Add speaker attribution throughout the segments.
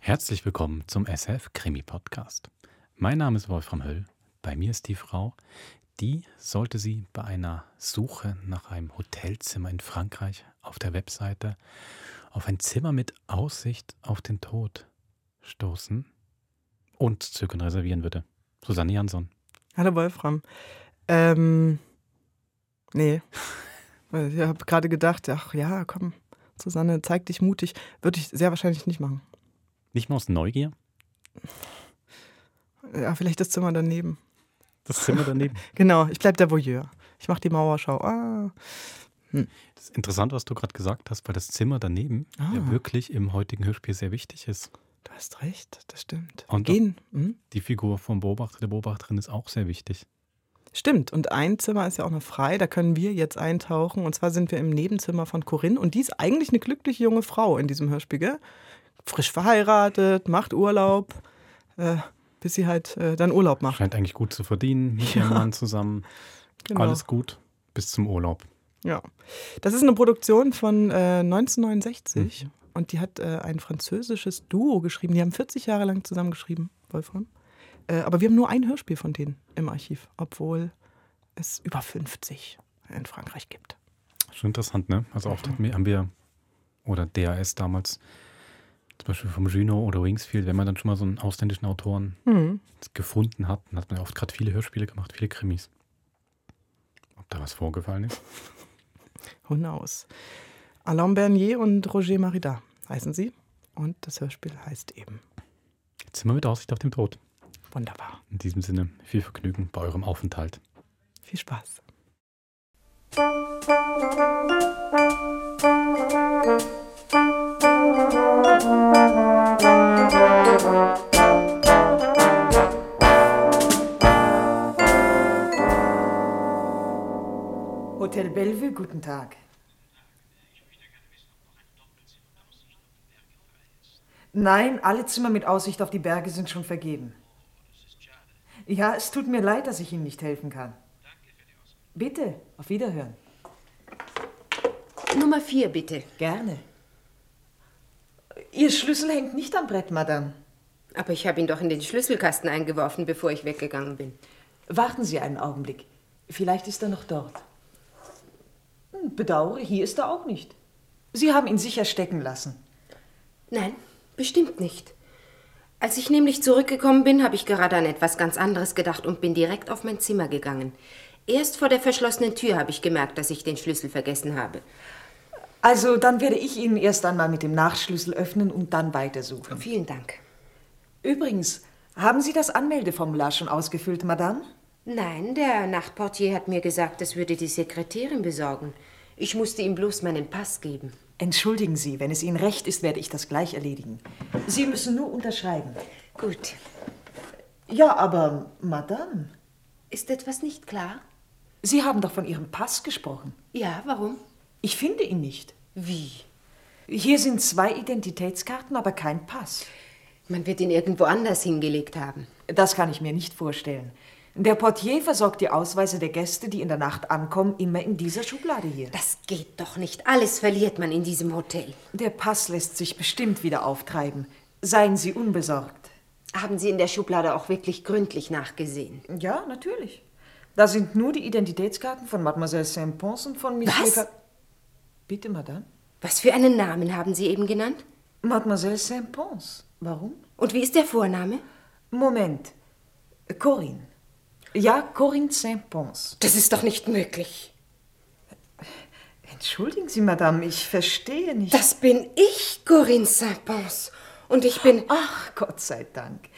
Speaker 1: Herzlich willkommen zum SF Krimi Podcast. Mein Name ist Wolfram Höll. Bei mir ist die Frau, die sollte sie bei einer Suche nach einem Hotelzimmer in Frankreich auf der Webseite auf ein Zimmer mit Aussicht auf den Tod stoßen und zögern reservieren würde. Susanne Jansson.
Speaker 2: Hallo Wolfram. Ähm, nee. Ich habe gerade gedacht, ach ja, komm, Susanne, zeig dich mutig. Würde ich sehr wahrscheinlich nicht machen.
Speaker 1: Nicht mal aus Neugier?
Speaker 2: Ja, vielleicht das Zimmer daneben.
Speaker 1: Das Zimmer daneben.
Speaker 2: Genau, ich bleib der Voyeur. Ich mache die Mauerschau. Ah.
Speaker 1: Das ist interessant, was du gerade gesagt hast, weil das Zimmer daneben
Speaker 2: Ah.
Speaker 1: ja wirklich im heutigen Hörspiel sehr wichtig ist.
Speaker 2: Du hast recht, das stimmt.
Speaker 1: Und-
Speaker 2: Gehen. Hm?
Speaker 1: Die Figur vom Beobachter, der Beobachterin ist auch sehr wichtig.
Speaker 2: Stimmt, und ein Zimmer ist ja auch noch frei, da können wir jetzt eintauchen. Und zwar sind wir im Nebenzimmer von Corinne und die ist eigentlich eine glückliche junge Frau in diesem Hörspiel. Gell? Frisch verheiratet, macht Urlaub, äh, bis sie halt äh, dann Urlaub macht.
Speaker 1: Scheint eigentlich gut zu verdienen, mit ihrem Mann zusammen.
Speaker 2: Genau.
Speaker 1: Alles gut, bis zum Urlaub.
Speaker 2: Ja. Das ist eine Produktion von äh, 1969 und die hat äh, ein französisches Duo geschrieben. Die haben 40 Jahre lang zusammengeschrieben, Wolfram. Äh, aber wir haben nur ein Hörspiel von denen im Archiv, obwohl es über 50 in Frankreich gibt.
Speaker 1: Schon interessant, ne? Also oft hatten wir- haben wir, oder DAS damals, zum Beispiel vom Juno oder Wingsfield, wenn man dann schon mal so einen ausländischen Autoren gefunden hat, dann hat man ja oft gerade viele Hörspiele gemacht, viele Krimis. Ob da was vorgefallen ist?
Speaker 2: Who knows? Alain Bernier und Roger Marida heißen sie. Und das Hörspiel heißt eben
Speaker 1: Zimmer mit Aussicht auf den Tod.
Speaker 2: Wunderbar.
Speaker 1: In diesem Sinne, viel Vergnügen bei eurem Aufenthalt.
Speaker 2: Viel Spaß.
Speaker 3: Hotel Bellevue, guten Tag. Nein, alle Zimmer mit Aussicht auf die Berge sind schon vergeben. Ja, es tut mir leid, dass ich Ihnen nicht helfen kann. Bitte, auf Wiederhören.
Speaker 4: Nummer 4, bitte.
Speaker 3: Gerne. Ihr Schlüssel hängt nicht am Brett, Madame.
Speaker 4: Aber ich habe ihn doch in den Schlüsselkasten eingeworfen, bevor ich weggegangen bin.
Speaker 3: Warten Sie einen Augenblick. Vielleicht ist er noch dort. Hm, Bedauere, hier ist er auch nicht. Sie haben ihn sicher stecken lassen.
Speaker 4: Nein, bestimmt nicht. Als ich nämlich zurückgekommen bin, habe ich gerade an etwas ganz anderes gedacht und bin direkt auf mein Zimmer gegangen. Erst vor der verschlossenen Tür habe ich gemerkt, dass ich den Schlüssel vergessen habe.
Speaker 3: Also, dann werde ich Ihnen erst einmal mit dem Nachschlüssel öffnen und dann weitersuchen.
Speaker 4: Vielen Dank.
Speaker 3: Übrigens, haben Sie das Anmeldeformular schon ausgefüllt, Madame?
Speaker 4: Nein, der Nachtportier hat mir gesagt, das würde die Sekretärin besorgen. Ich musste ihm bloß meinen Pass geben.
Speaker 3: Entschuldigen Sie, wenn es Ihnen recht ist, werde ich das gleich erledigen. Sie müssen nur unterschreiben.
Speaker 4: Gut.
Speaker 3: Ja, aber, Madame,
Speaker 4: Ist etwas nicht klar?
Speaker 3: Sie haben doch von Ihrem Pass gesprochen.
Speaker 4: Ja, warum?
Speaker 3: Ich finde ihn nicht.
Speaker 4: Wie?
Speaker 3: Hier sind zwei Identitätskarten, aber kein Pass.
Speaker 4: Man wird ihn irgendwo anders hingelegt haben.
Speaker 3: Das kann ich mir nicht vorstellen. Der Portier versorgt die Ausweise der Gäste, die in der Nacht ankommen, immer in dieser Schublade hier.
Speaker 4: Das geht doch nicht. Alles verliert man in diesem Hotel.
Speaker 3: Der Pass lässt sich bestimmt wieder auftreiben. Seien Sie unbesorgt.
Speaker 4: Haben Sie in der Schublade auch wirklich gründlich nachgesehen?
Speaker 3: Ja, natürlich. Da sind nur die Identitätskarten von Mademoiselle Saint-Pons und von Miss
Speaker 4: Was?
Speaker 3: Eva- Bitte, Madame?
Speaker 4: Was für einen Namen haben Sie eben genannt?
Speaker 3: Mademoiselle Saint-Pons. Warum?
Speaker 4: Und wie ist der Vorname?
Speaker 3: Moment. Corinne. Ja, Corinne Saint-Pons.
Speaker 4: Das ist doch nicht möglich.
Speaker 3: Entschuldigen Sie, Madame, ich verstehe nicht.
Speaker 4: Das bin ich, Corinne Saint-Pons. Und ich bin.
Speaker 3: Ach, Gott sei Dank.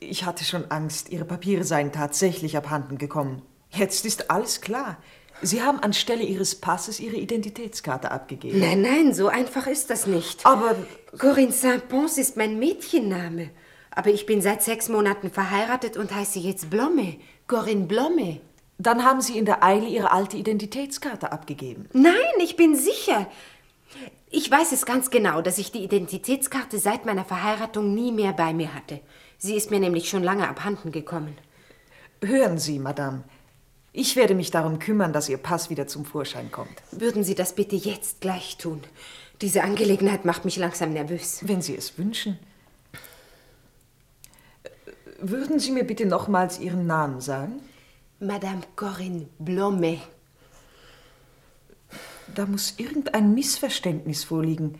Speaker 3: Ich hatte schon Angst, Ihre Papiere seien tatsächlich abhanden gekommen. Jetzt ist alles klar. Sie haben anstelle Ihres Passes Ihre Identitätskarte abgegeben.
Speaker 4: Nein, nein, so einfach ist das nicht.
Speaker 3: Aber
Speaker 4: Corinne Saint-Pons ist mein Mädchenname. Aber ich bin seit sechs Monaten verheiratet und heiße jetzt Blomme. Corinne Blomme.
Speaker 3: dann haben Sie in der Eile Ihre alte Identitätskarte abgegeben.
Speaker 4: Nein, ich bin sicher. Ich weiß es ganz genau, dass ich die Identitätskarte seit meiner Verheiratung nie mehr bei mir hatte. Sie ist mir nämlich schon lange abhanden gekommen.
Speaker 3: Hören Sie, Madame. Ich werde mich darum kümmern, dass Ihr Pass wieder zum Vorschein kommt.
Speaker 4: Würden Sie das bitte jetzt gleich tun? Diese Angelegenheit macht mich langsam nervös.
Speaker 3: Wenn Sie es wünschen. Äh, Würden Sie mir bitte nochmals Ihren Namen sagen?
Speaker 4: Madame Corinne Blomet.
Speaker 3: Da muss irgendein Missverständnis vorliegen.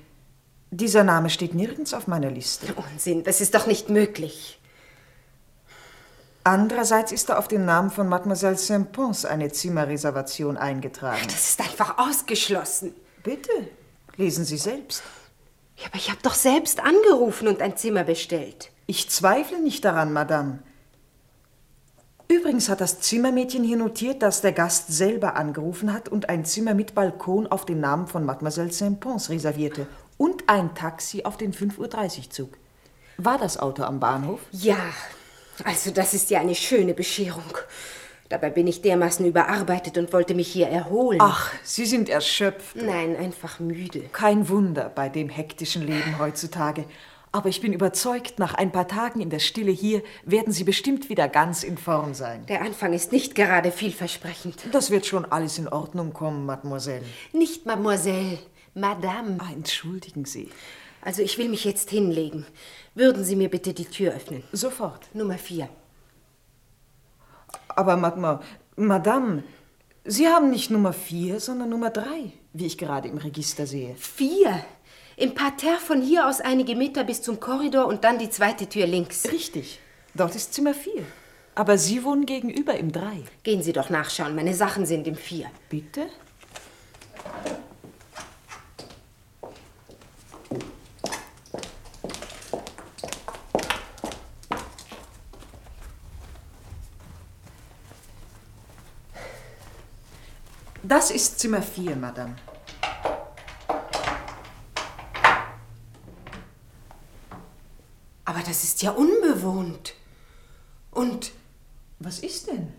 Speaker 3: Dieser Name steht nirgends auf meiner Liste.
Speaker 4: Unsinn, das ist doch nicht möglich.
Speaker 3: Andererseits ist da auf den Namen von Mademoiselle Saint-Pons eine Zimmerreservation eingetragen.
Speaker 4: Das ist einfach ausgeschlossen.
Speaker 3: Bitte, lesen Sie selbst.
Speaker 4: Ja, aber ich habe doch selbst angerufen und ein Zimmer bestellt.
Speaker 3: Ich zweifle nicht daran, Madame. Übrigens hat das Zimmermädchen hier notiert, dass der Gast selber angerufen hat und ein Zimmer mit Balkon auf den Namen von Mademoiselle Saint-Pons reservierte und ein Taxi auf den 5.30 Uhr Zug. War das Auto am Bahnhof?
Speaker 4: Ja, also das ist ja eine schöne Bescherung. Dabei bin ich dermaßen überarbeitet und wollte mich hier erholen.
Speaker 3: Ach, Sie sind erschöpft.
Speaker 4: Nein, einfach müde.
Speaker 3: Kein Wunder bei dem hektischen Leben heutzutage. Aber ich bin überzeugt, nach ein paar Tagen in der Stille hier werden Sie bestimmt wieder ganz in Form sein.
Speaker 4: Der Anfang ist nicht gerade vielversprechend.
Speaker 3: Das wird schon alles in Ordnung kommen, Mademoiselle.
Speaker 4: Nicht Mademoiselle, Madame.
Speaker 3: Ah, entschuldigen Sie.
Speaker 4: Also ich will mich jetzt hinlegen. Würden Sie mir bitte die Tür öffnen?
Speaker 3: Sofort.
Speaker 4: Nummer vier.
Speaker 3: Aber Madma, Madame, Sie haben nicht Nummer 4, sondern Nummer 3, wie ich gerade im Register sehe.
Speaker 4: Vier? Im Parterre von hier aus einige Meter bis zum Korridor und dann die zweite Tür links.
Speaker 3: Richtig, dort ist Zimmer 4. Aber Sie wohnen gegenüber im 3.
Speaker 4: Gehen Sie doch nachschauen, meine Sachen sind im Vier.
Speaker 3: Bitte? Das ist Zimmer 4, Madame.
Speaker 4: Aber das ist ja unbewohnt. Und
Speaker 3: Was ist denn?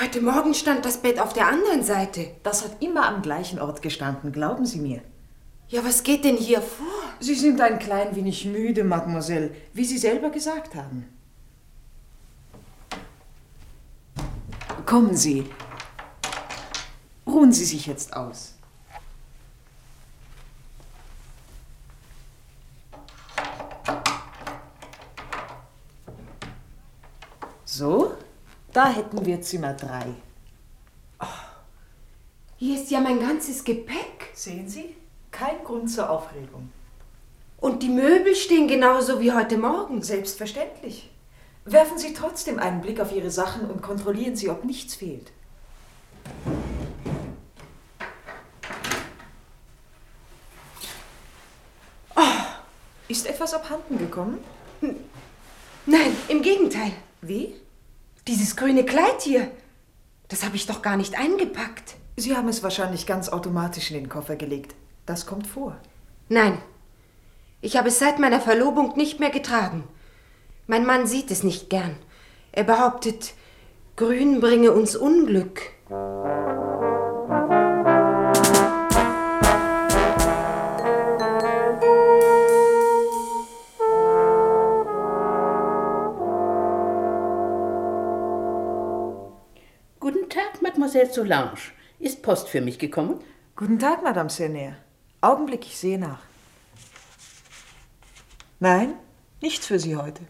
Speaker 4: heute Morgen stand das Bett auf der anderen Seite.
Speaker 3: Das hat immer am gleichen Ort gestanden, glauben Sie mir.
Speaker 4: Ja, was geht denn hier vor?
Speaker 3: Sie sind ein klein wenig müde, Mademoiselle, wie Sie selber gesagt haben. Kommen Sie. Ruhen Sie sich jetzt aus. So, da hätten wir Zimmer 3.
Speaker 4: Hier ist ja mein ganzes Gepäck.
Speaker 3: Sehen Sie? Kein Grund zur Aufregung.
Speaker 4: Und die Möbel stehen genauso wie heute Morgen.
Speaker 3: Selbstverständlich. Werfen Sie trotzdem einen Blick auf Ihre Sachen und kontrollieren Sie, ob nichts fehlt. Oh, Ist etwas abhanden gekommen?
Speaker 4: Nein, im Gegenteil.
Speaker 3: Wie?
Speaker 4: Dieses grüne Kleid hier, das habe ich doch gar nicht eingepackt.
Speaker 3: Sie haben es wahrscheinlich ganz automatisch in den Koffer gelegt. Das kommt vor.
Speaker 4: Nein, ich habe es seit meiner Verlobung nicht mehr getragen. Mein Mann sieht es nicht gern. Er behauptet, Grün bringe uns Unglück.
Speaker 5: Guten Tag, Mademoiselle Solange. Ist Post für mich gekommen?
Speaker 3: Guten Tag, Madame Serner. Augenblick, ich sehe nach. Nein, nichts für Sie heute.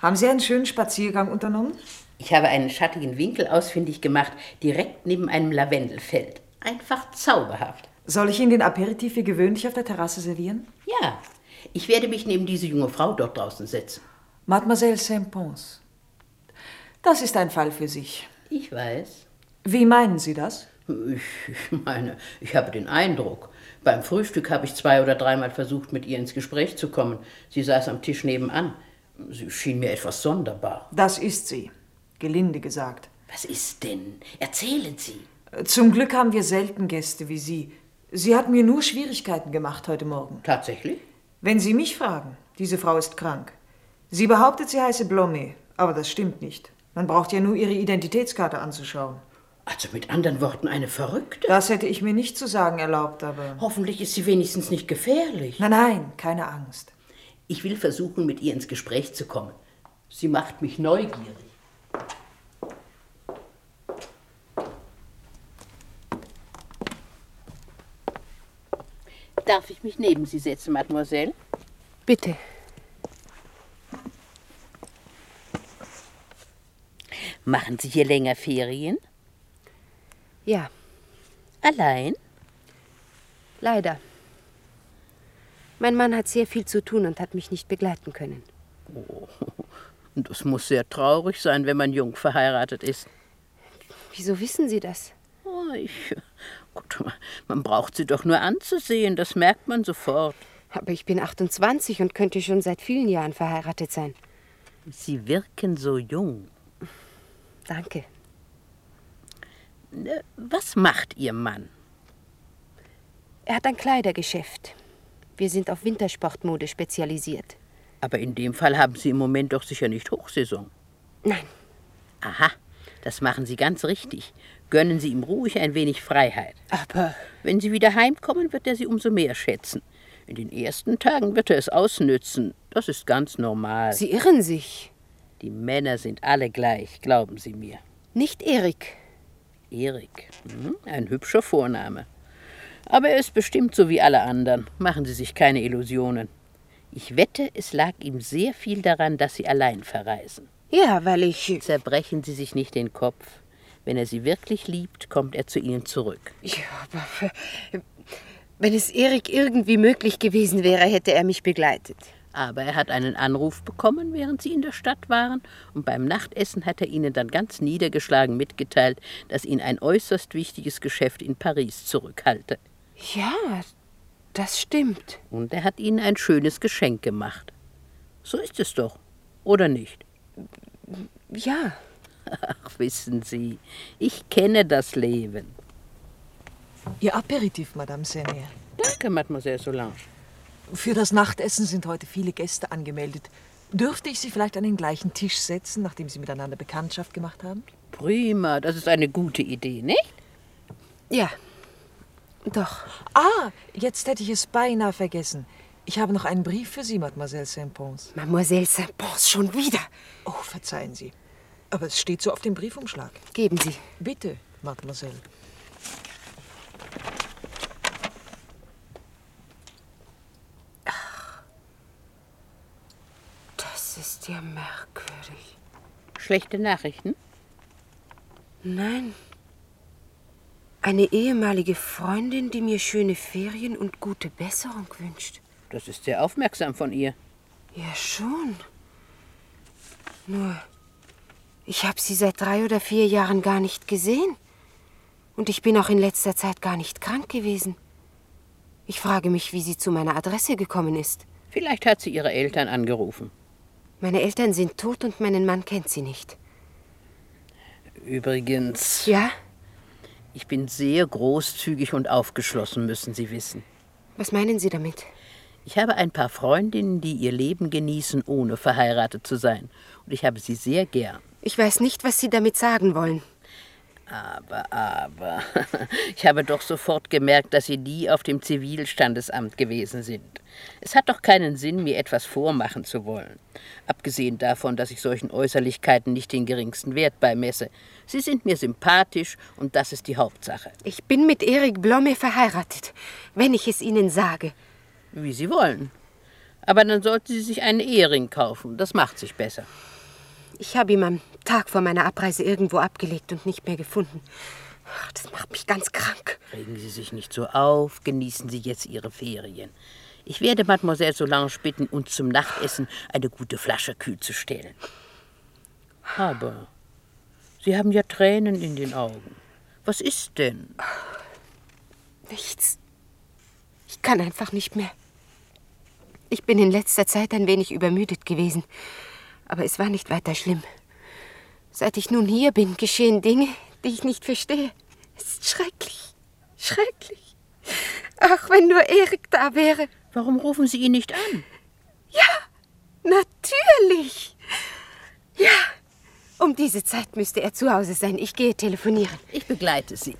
Speaker 3: Haben Sie einen schönen Spaziergang unternommen?
Speaker 5: Ich habe einen schattigen Winkel ausfindig gemacht, direkt neben einem Lavendelfeld. Einfach zauberhaft.
Speaker 3: Soll ich Ihnen den Aperitif wie gewöhnlich auf der Terrasse servieren?
Speaker 5: Ja, ich werde mich neben diese junge Frau dort draußen setzen.
Speaker 3: Mademoiselle Saint-Pons. Das ist ein Fall für sich.
Speaker 5: Ich weiß.
Speaker 3: Wie meinen Sie das?
Speaker 5: Ich, ich meine, ich habe den Eindruck. Beim Frühstück habe ich zwei oder dreimal versucht, mit ihr ins Gespräch zu kommen. Sie saß am Tisch nebenan. Sie schien mir etwas sonderbar.
Speaker 3: Das ist sie. Gelinde gesagt.
Speaker 5: Was ist denn? Erzählen Sie.
Speaker 3: Zum Glück haben wir selten Gäste wie Sie. Sie hat mir nur Schwierigkeiten gemacht heute Morgen.
Speaker 5: Tatsächlich?
Speaker 3: Wenn Sie mich fragen, diese Frau ist krank. Sie behauptet, sie heiße Blomet, aber das stimmt nicht. Man braucht ja nur ihre Identitätskarte anzuschauen.
Speaker 5: Also mit anderen Worten eine Verrückte?
Speaker 3: Das hätte ich mir nicht zu sagen erlaubt, aber.
Speaker 5: Hoffentlich ist sie wenigstens nicht gefährlich.
Speaker 3: Nein, nein, keine Angst.
Speaker 5: Ich will versuchen, mit ihr ins Gespräch zu kommen. Sie macht mich neugierig. Darf ich mich neben Sie setzen, Mademoiselle?
Speaker 4: Bitte.
Speaker 6: Machen Sie hier länger Ferien?
Speaker 4: Ja,
Speaker 6: Allein?
Speaker 4: leider. Mein Mann hat sehr viel zu tun und hat mich nicht begleiten können.
Speaker 5: Das muss sehr traurig sein, wenn man jung verheiratet ist.
Speaker 4: Wieso wissen Sie das?
Speaker 5: Oh, ich, gut, man braucht sie doch nur anzusehen, das merkt man sofort.
Speaker 4: Aber ich bin 28 und könnte schon seit vielen Jahren verheiratet sein.
Speaker 6: Sie wirken so jung.
Speaker 4: Danke.
Speaker 5: Äh, Was macht Ihr Mann?
Speaker 4: Er hat ein Kleidergeschäft. Wir sind auf Wintersportmode spezialisiert.
Speaker 5: Aber in dem Fall haben Sie im Moment doch sicher nicht Hochsaison.
Speaker 4: Nein,
Speaker 5: Aha, das machen Sie ganz richtig. Gönnen Sie ihm ruhig ein wenig Freiheit.
Speaker 4: aber
Speaker 5: Wenn Sie wieder heimkommen, wird er Sie umso mehr schätzen. In den ersten Tagen wird er es ausnützen. Das ist ganz normal.
Speaker 4: Sie irren sich.
Speaker 5: Die Männer sind alle gleich, glauben Sie mir.
Speaker 4: Nicht Erik.
Speaker 5: Erik, mhm, ein hübscher Vorname. Aber er ist bestimmt so wie alle anderen. Machen Sie sich keine Illusionen. Ich wette, es lag ihm sehr viel daran, dass Sie allein verreisen.
Speaker 4: Ja, weil ich.
Speaker 5: Zerbrechen Sie sich nicht den Kopf. Wenn er Sie wirklich liebt, kommt er zu Ihnen zurück.
Speaker 4: Ja, aber. Wenn es Erik irgendwie möglich gewesen wäre, hätte er mich begleitet.
Speaker 5: Aber er hat einen Anruf bekommen, während Sie in der Stadt waren, und beim Nachtessen hat er Ihnen dann ganz niedergeschlagen mitgeteilt, dass ihn ein äußerst wichtiges Geschäft in Paris zurückhalte.
Speaker 4: Ja, das stimmt.
Speaker 5: Und er hat Ihnen ein schönes Geschenk gemacht. So ist es doch, oder nicht?
Speaker 4: Ja.
Speaker 5: Ach, wissen Sie, ich kenne das Leben.
Speaker 7: Ihr Aperitif, Madame Senier.
Speaker 5: Danke, Mademoiselle Solange.
Speaker 7: Für das Nachtessen sind heute viele Gäste angemeldet. Dürfte ich Sie vielleicht an den gleichen Tisch setzen, nachdem Sie miteinander Bekanntschaft gemacht haben?
Speaker 5: Prima, das ist eine gute Idee, nicht?
Speaker 4: Ja. Doch.
Speaker 7: Ah, jetzt hätte ich es beinahe vergessen. Ich habe noch einen Brief für Sie, Mademoiselle Saint-Pons.
Speaker 4: Mademoiselle Saint-Pons schon wieder.
Speaker 7: Oh, verzeihen Sie. Aber es steht so auf dem Briefumschlag.
Speaker 4: Geben Sie.
Speaker 7: Bitte, Mademoiselle.
Speaker 4: Das ist ja merkwürdig.
Speaker 5: Schlechte Nachrichten?
Speaker 4: Nein. Eine ehemalige Freundin, die mir schöne Ferien und gute Besserung wünscht.
Speaker 5: Das ist sehr aufmerksam von ihr.
Speaker 4: Ja, schon. Nur, ich habe sie seit drei oder vier Jahren gar nicht gesehen. Und ich bin auch in letzter Zeit gar nicht krank gewesen. Ich frage mich, wie sie zu meiner Adresse gekommen ist.
Speaker 5: Vielleicht hat sie ihre Eltern angerufen.
Speaker 4: Meine Eltern sind tot und meinen Mann kennt sie nicht.
Speaker 5: Übrigens,
Speaker 4: Ja?
Speaker 5: ich bin sehr großzügig und aufgeschlossen, müssen Sie wissen.
Speaker 4: Was meinen Sie damit?
Speaker 5: Ich habe ein paar Freundinnen, die ihr Leben genießen, ohne verheiratet zu sein. Und ich habe sie sehr gern.
Speaker 4: Ich weiß nicht, was Sie damit sagen wollen.
Speaker 5: Aber, aber, ich habe doch sofort gemerkt, dass Sie nie auf dem Zivilstandesamt gewesen sind. Es hat doch keinen Sinn, mir etwas vormachen zu wollen. Abgesehen davon, dass ich solchen Äußerlichkeiten nicht den geringsten Wert beimesse. Sie sind mir sympathisch und das ist die Hauptsache.
Speaker 4: Ich bin mit Erik Blomme verheiratet, wenn ich es Ihnen sage.
Speaker 5: Wie Sie wollen. Aber dann sollten Sie sich einen Ehering kaufen. Das macht sich besser.
Speaker 4: Ich habe ihn am Tag vor meiner Abreise irgendwo abgelegt und nicht mehr gefunden. Ach, das macht mich ganz krank.
Speaker 5: Regen Sie sich nicht so auf, genießen Sie jetzt Ihre Ferien. Ich werde Mademoiselle Solange bitten, uns zum Nachtessen eine gute Flasche kühl zu stellen. Aber Sie haben ja Tränen in den Augen. Was ist denn?
Speaker 4: Nichts. Ich kann einfach nicht mehr. Ich bin in letzter Zeit ein wenig übermüdet gewesen. Aber es war nicht weiter schlimm. Seit ich nun hier bin, geschehen Dinge, die ich nicht verstehe. Es ist schrecklich. Schrecklich. Ach, wenn nur Erik da wäre.
Speaker 5: Warum rufen Sie ihn nicht an?
Speaker 4: Natürlich. Ja. Um diese Zeit müsste er zu Hause sein. Ich gehe telefonieren.
Speaker 5: Ich begleite Sie.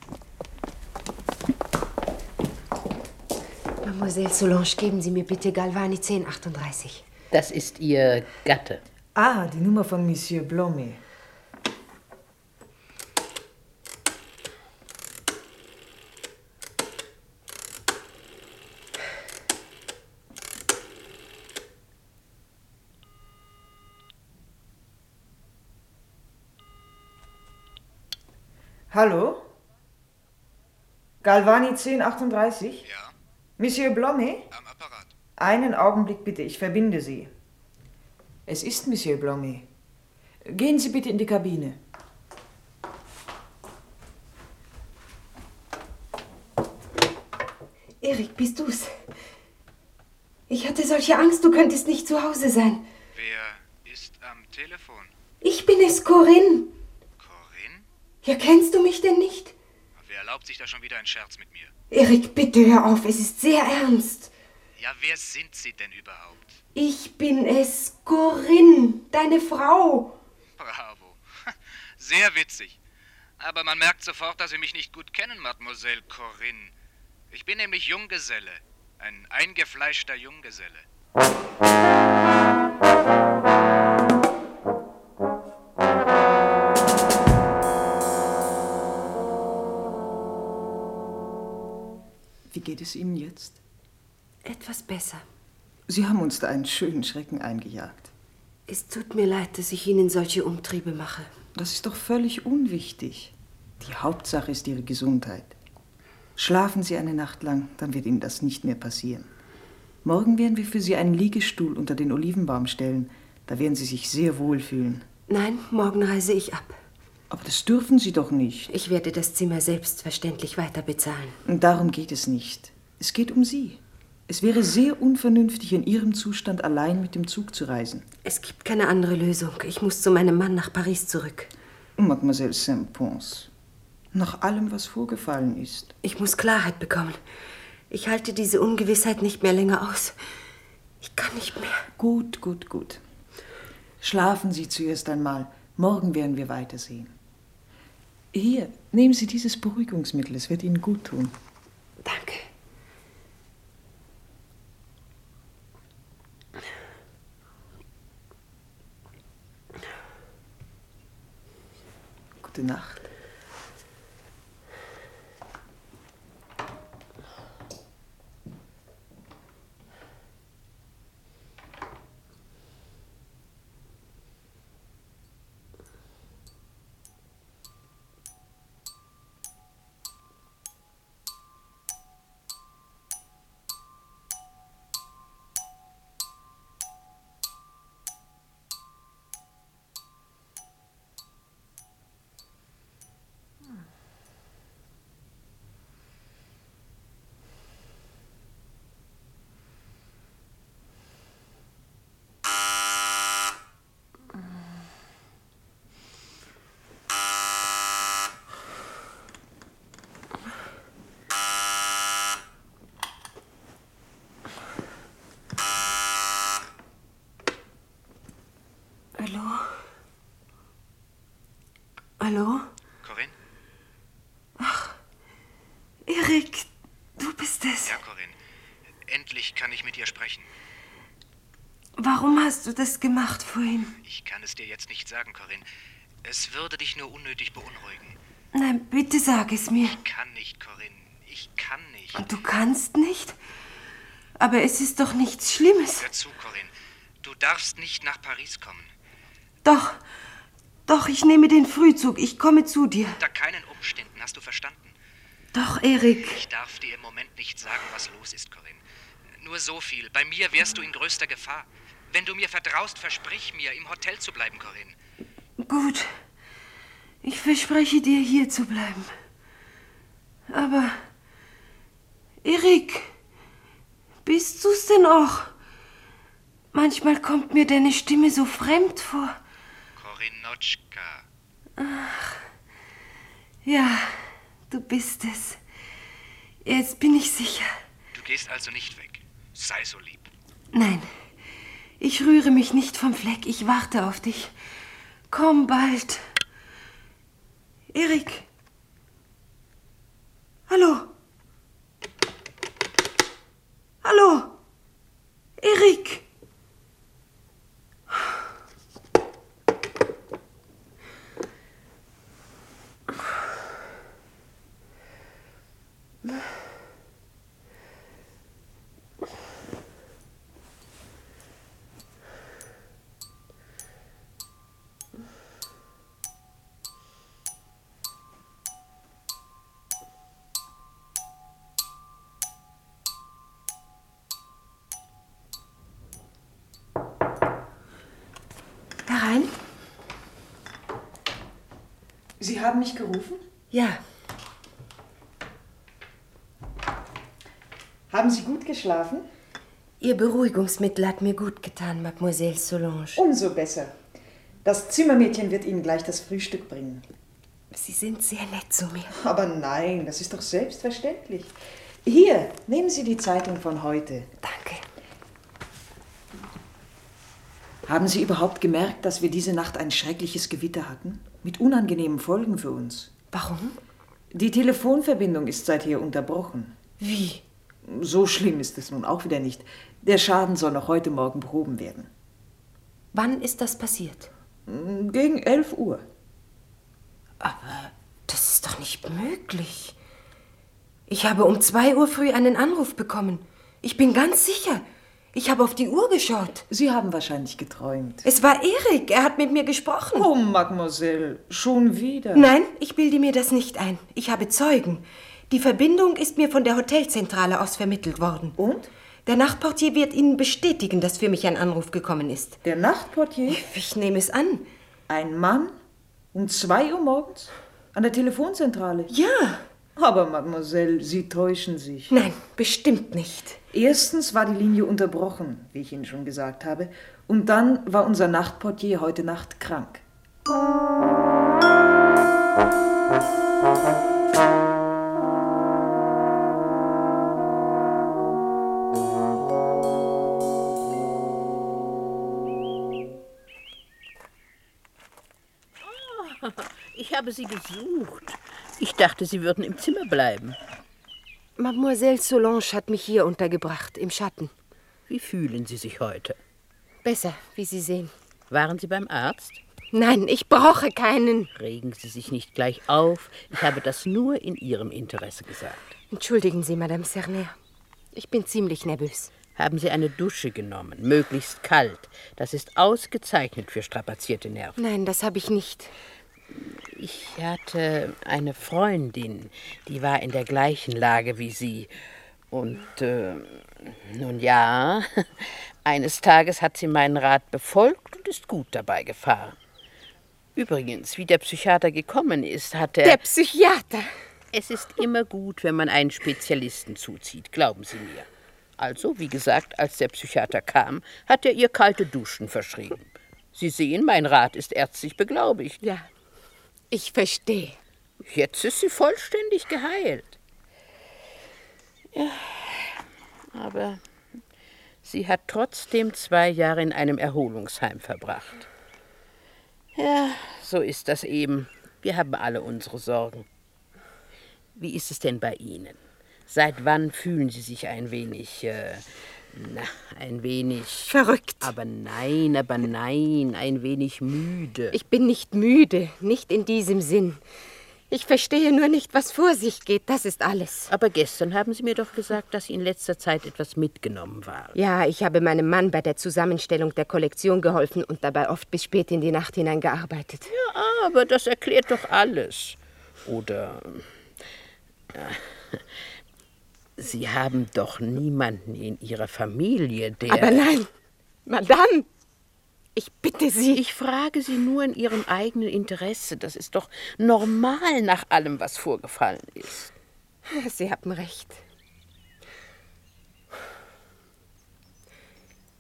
Speaker 4: Mademoiselle Solange, geben Sie mir bitte Galvani 1038.
Speaker 5: Das ist Ihr Gatte.
Speaker 7: Ah, die Nummer von Monsieur Blomet.
Speaker 8: Hallo? Galvani 1038?
Speaker 9: Ja,
Speaker 8: Monsieur Blomet?
Speaker 9: am Apparat.
Speaker 8: Einen Augenblick bitte, ich verbinde Sie. Es ist Monsieur Blomet. Gehen Sie bitte in die Kabine.
Speaker 4: Erik, bist du's? Ich hatte solche Angst, du könntest nicht zu Hause sein.
Speaker 9: Wer ist am Telefon?
Speaker 4: Ich bin es, Corinne.
Speaker 9: Corinne?
Speaker 4: Ja, kennst du mich denn nicht?
Speaker 9: Wer erlaubt sich da schon wieder einen Scherz mit mir?
Speaker 4: Erik, bitte hör auf, es ist sehr ernst.
Speaker 9: Ja, wer sind Sie denn überhaupt?
Speaker 4: Ich bin es, Corinne, deine Frau.
Speaker 9: Bravo. Sehr witzig. Aber man merkt sofort, dass Sie mich nicht gut kennen, Mademoiselle Corinne. Ich bin nämlich Junggeselle. Ein eingefleischter Junggeselle.
Speaker 3: Wie geht es Ihnen jetzt?
Speaker 10: Etwas besser.
Speaker 3: Sie haben uns da einen schönen Schrecken eingejagt.
Speaker 10: Es tut mir leid, dass ich Ihnen solche Umtriebe mache.
Speaker 3: Das ist doch völlig unwichtig. Die Hauptsache ist Ihre Gesundheit. Schlafen Sie eine Nacht lang, dann wird Ihnen das nicht mehr passieren. Morgen werden wir für Sie einen Liegestuhl unter den Olivenbaum stellen. Da werden Sie sich sehr wohl fühlen.
Speaker 10: Nein, morgen reise ich ab.
Speaker 3: Aber das dürfen Sie doch nicht.
Speaker 10: Ich werde das Zimmer selbstverständlich weiter bezahlen.
Speaker 3: Und darum geht es nicht. Es geht um Sie. Es wäre sehr unvernünftig, in Ihrem Zustand allein mit dem Zug zu reisen.
Speaker 10: Es gibt keine andere Lösung. Ich muss zu meinem Mann nach Paris zurück.
Speaker 3: Mademoiselle Saint-Pons, nach allem, was vorgefallen ist,
Speaker 10: Ich muss Klarheit bekommen. Ich halte diese Ungewissheit nicht mehr länger aus. Ich kann nicht mehr.
Speaker 3: Gut, gut, gut. Schlafen Sie zuerst einmal. Morgen werden wir weitersehen. Hier, nehmen Sie dieses Beruhigungsmittel. Es wird Ihnen gut tun.
Speaker 10: Danke.
Speaker 3: Gute Nacht.
Speaker 10: Hallo? Hallo?
Speaker 9: Corinne?
Speaker 4: Erik, du bist es.
Speaker 9: Ja, Corinne. Endlich kann ich mit dir sprechen.
Speaker 4: Warum hast du das gemacht vorhin?
Speaker 9: Ich kann es dir jetzt nicht sagen, Corinne. Es würde dich nur unnötig beunruhigen.
Speaker 4: Nein, bitte sag es mir.
Speaker 9: Kann nicht, Corinne. Ich kann nicht.
Speaker 4: Du kannst nicht? Aber es ist doch nichts Schlimmes.
Speaker 9: Hör zu, Corinne. Du darfst nicht nach Paris kommen.
Speaker 4: Doch, doch, ich nehme den Frühzug. Ich komme zu dir.
Speaker 9: Unter keinen Umständen, hast du verstanden?
Speaker 4: Doch, Erik.
Speaker 9: Ich darf dir im Moment nicht sagen, was los ist, Corinne. Nur so viel. Bei mir wärst du in größter Gefahr. Wenn du mir vertraust, versprich mir, im Hotel zu bleiben, Corinne.
Speaker 4: Gut. Ich verspreche dir, hier zu bleiben. Aber. Erik, bist du's denn auch? Manchmal kommt mir deine Stimme so fremd vor.
Speaker 9: Corinne Notschka.
Speaker 4: Ja, du bist es. Jetzt bin ich sicher.
Speaker 9: Du gehst also nicht weg. Sei so lieb.
Speaker 4: Nein, ich rühre mich nicht vom Fleck. Ich warte auf dich. Komm bald. Erik. Hallo. Hallo. Erik.
Speaker 3: Sie haben mich gerufen?
Speaker 4: Ja.
Speaker 3: Haben Sie gut geschlafen?
Speaker 4: Ihr Beruhigungsmittel hat mir gut getan, Mademoiselle Solange.
Speaker 3: Umso besser. Das Zimmermädchen wird Ihnen gleich das Frühstück bringen.
Speaker 4: Sie sind sehr nett zu mir.
Speaker 3: Aber nein, das ist doch selbstverständlich. Hier, nehmen Sie die Zeitung von heute.
Speaker 4: Danke.
Speaker 3: Haben Sie überhaupt gemerkt, dass wir diese Nacht ein schreckliches Gewitter hatten? Mit unangenehmen Folgen für uns.
Speaker 4: Warum?
Speaker 3: Die Telefonverbindung ist seither unterbrochen.
Speaker 4: Wie?
Speaker 3: So schlimm ist es nun auch wieder nicht. Der Schaden soll noch heute Morgen behoben werden.
Speaker 4: Wann ist das passiert?
Speaker 3: Gegen 11 Uhr.
Speaker 4: Aber das ist doch nicht möglich. Ich habe um 2 Uhr früh einen Anruf bekommen. Ich bin ganz sicher. Ich habe auf die Uhr geschaut.
Speaker 3: Sie haben wahrscheinlich geträumt.
Speaker 4: Es war Erik. Er hat mit mir gesprochen.
Speaker 3: Oh, Mademoiselle, schon wieder.
Speaker 4: Nein, ich bilde mir das nicht ein. Ich habe Zeugen. Die Verbindung ist mir von der Hotelzentrale aus vermittelt worden.
Speaker 3: Und?
Speaker 4: Der Nachtportier wird Ihnen bestätigen, dass für mich ein Anruf gekommen ist.
Speaker 3: Der Nachtportier?
Speaker 4: Ich nehme es an.
Speaker 3: Ein Mann? Um 2 Uhr morgens? An der Telefonzentrale?
Speaker 4: Ja.
Speaker 3: Aber, Mademoiselle, Sie täuschen sich.
Speaker 4: Nein, bestimmt nicht.
Speaker 3: Erstens war die Linie unterbrochen, wie ich Ihnen schon gesagt habe. Und dann war unser Nachtportier heute Nacht krank.
Speaker 5: Ich habe sie gesucht. Ich dachte, sie würden im Zimmer bleiben.
Speaker 4: Mademoiselle Solange hat mich hier untergebracht, im Schatten.
Speaker 5: Wie fühlen Sie sich heute?
Speaker 4: Besser, wie Sie sehen.
Speaker 5: Waren Sie beim Arzt?
Speaker 4: Nein, ich brauche keinen.
Speaker 5: Regen Sie sich nicht gleich auf. Ich habe das nur in Ihrem Interesse gesagt.
Speaker 4: Entschuldigen Sie, Madame Cerner. Ich bin ziemlich nervös.
Speaker 5: Haben Sie eine Dusche genommen, möglichst kalt. Das ist ausgezeichnet für strapazierte Nerven.
Speaker 4: Nein, das habe ich nicht.
Speaker 5: Ich hatte eine Freundin, die war in der gleichen Lage wie Sie. Und äh, nun ja, eines Tages hat sie meinen Rat befolgt und ist gut dabei gefahren. Übrigens, wie der Psychiater gekommen ist, hat er.
Speaker 4: Der Psychiater!
Speaker 5: Es ist immer gut, wenn man einen Spezialisten zuzieht, glauben Sie mir. Also, wie gesagt, als der Psychiater kam, hat er ihr kalte Duschen verschrieben. Sie sehen, mein Rat ist ärztlich beglaubigt.
Speaker 4: Ja, ich verstehe.
Speaker 5: Jetzt ist sie vollständig geheilt. Ja, aber sie hat trotzdem zwei Jahre in einem Erholungsheim verbracht. Ja, so ist das eben. Wir haben alle unsere Sorgen. Wie ist es denn bei Ihnen? Seit wann fühlen Sie sich ein wenig, äh, na, ein wenig.
Speaker 4: Verrückt.
Speaker 5: Aber nein, aber nein, ein wenig müde.
Speaker 4: Ich bin nicht müde, nicht in diesem Sinn. Ich verstehe nur nicht, was vor sich geht, das ist alles.
Speaker 5: Aber gestern haben Sie mir doch gesagt, dass Sie in letzter Zeit etwas mitgenommen waren.
Speaker 4: Ja, ich habe meinem Mann bei der Zusammenstellung der Kollektion geholfen und dabei oft bis spät in die Nacht hinein gearbeitet.
Speaker 5: Ja, aber das erklärt doch alles. Oder. Ja. Sie haben doch niemanden in Ihrer Familie, der.
Speaker 4: Aber nein, Madame! Ich bitte Sie.
Speaker 5: Ich frage Sie nur in Ihrem eigenen Interesse. Das ist doch normal nach allem, was vorgefallen ist.
Speaker 4: Sie haben recht.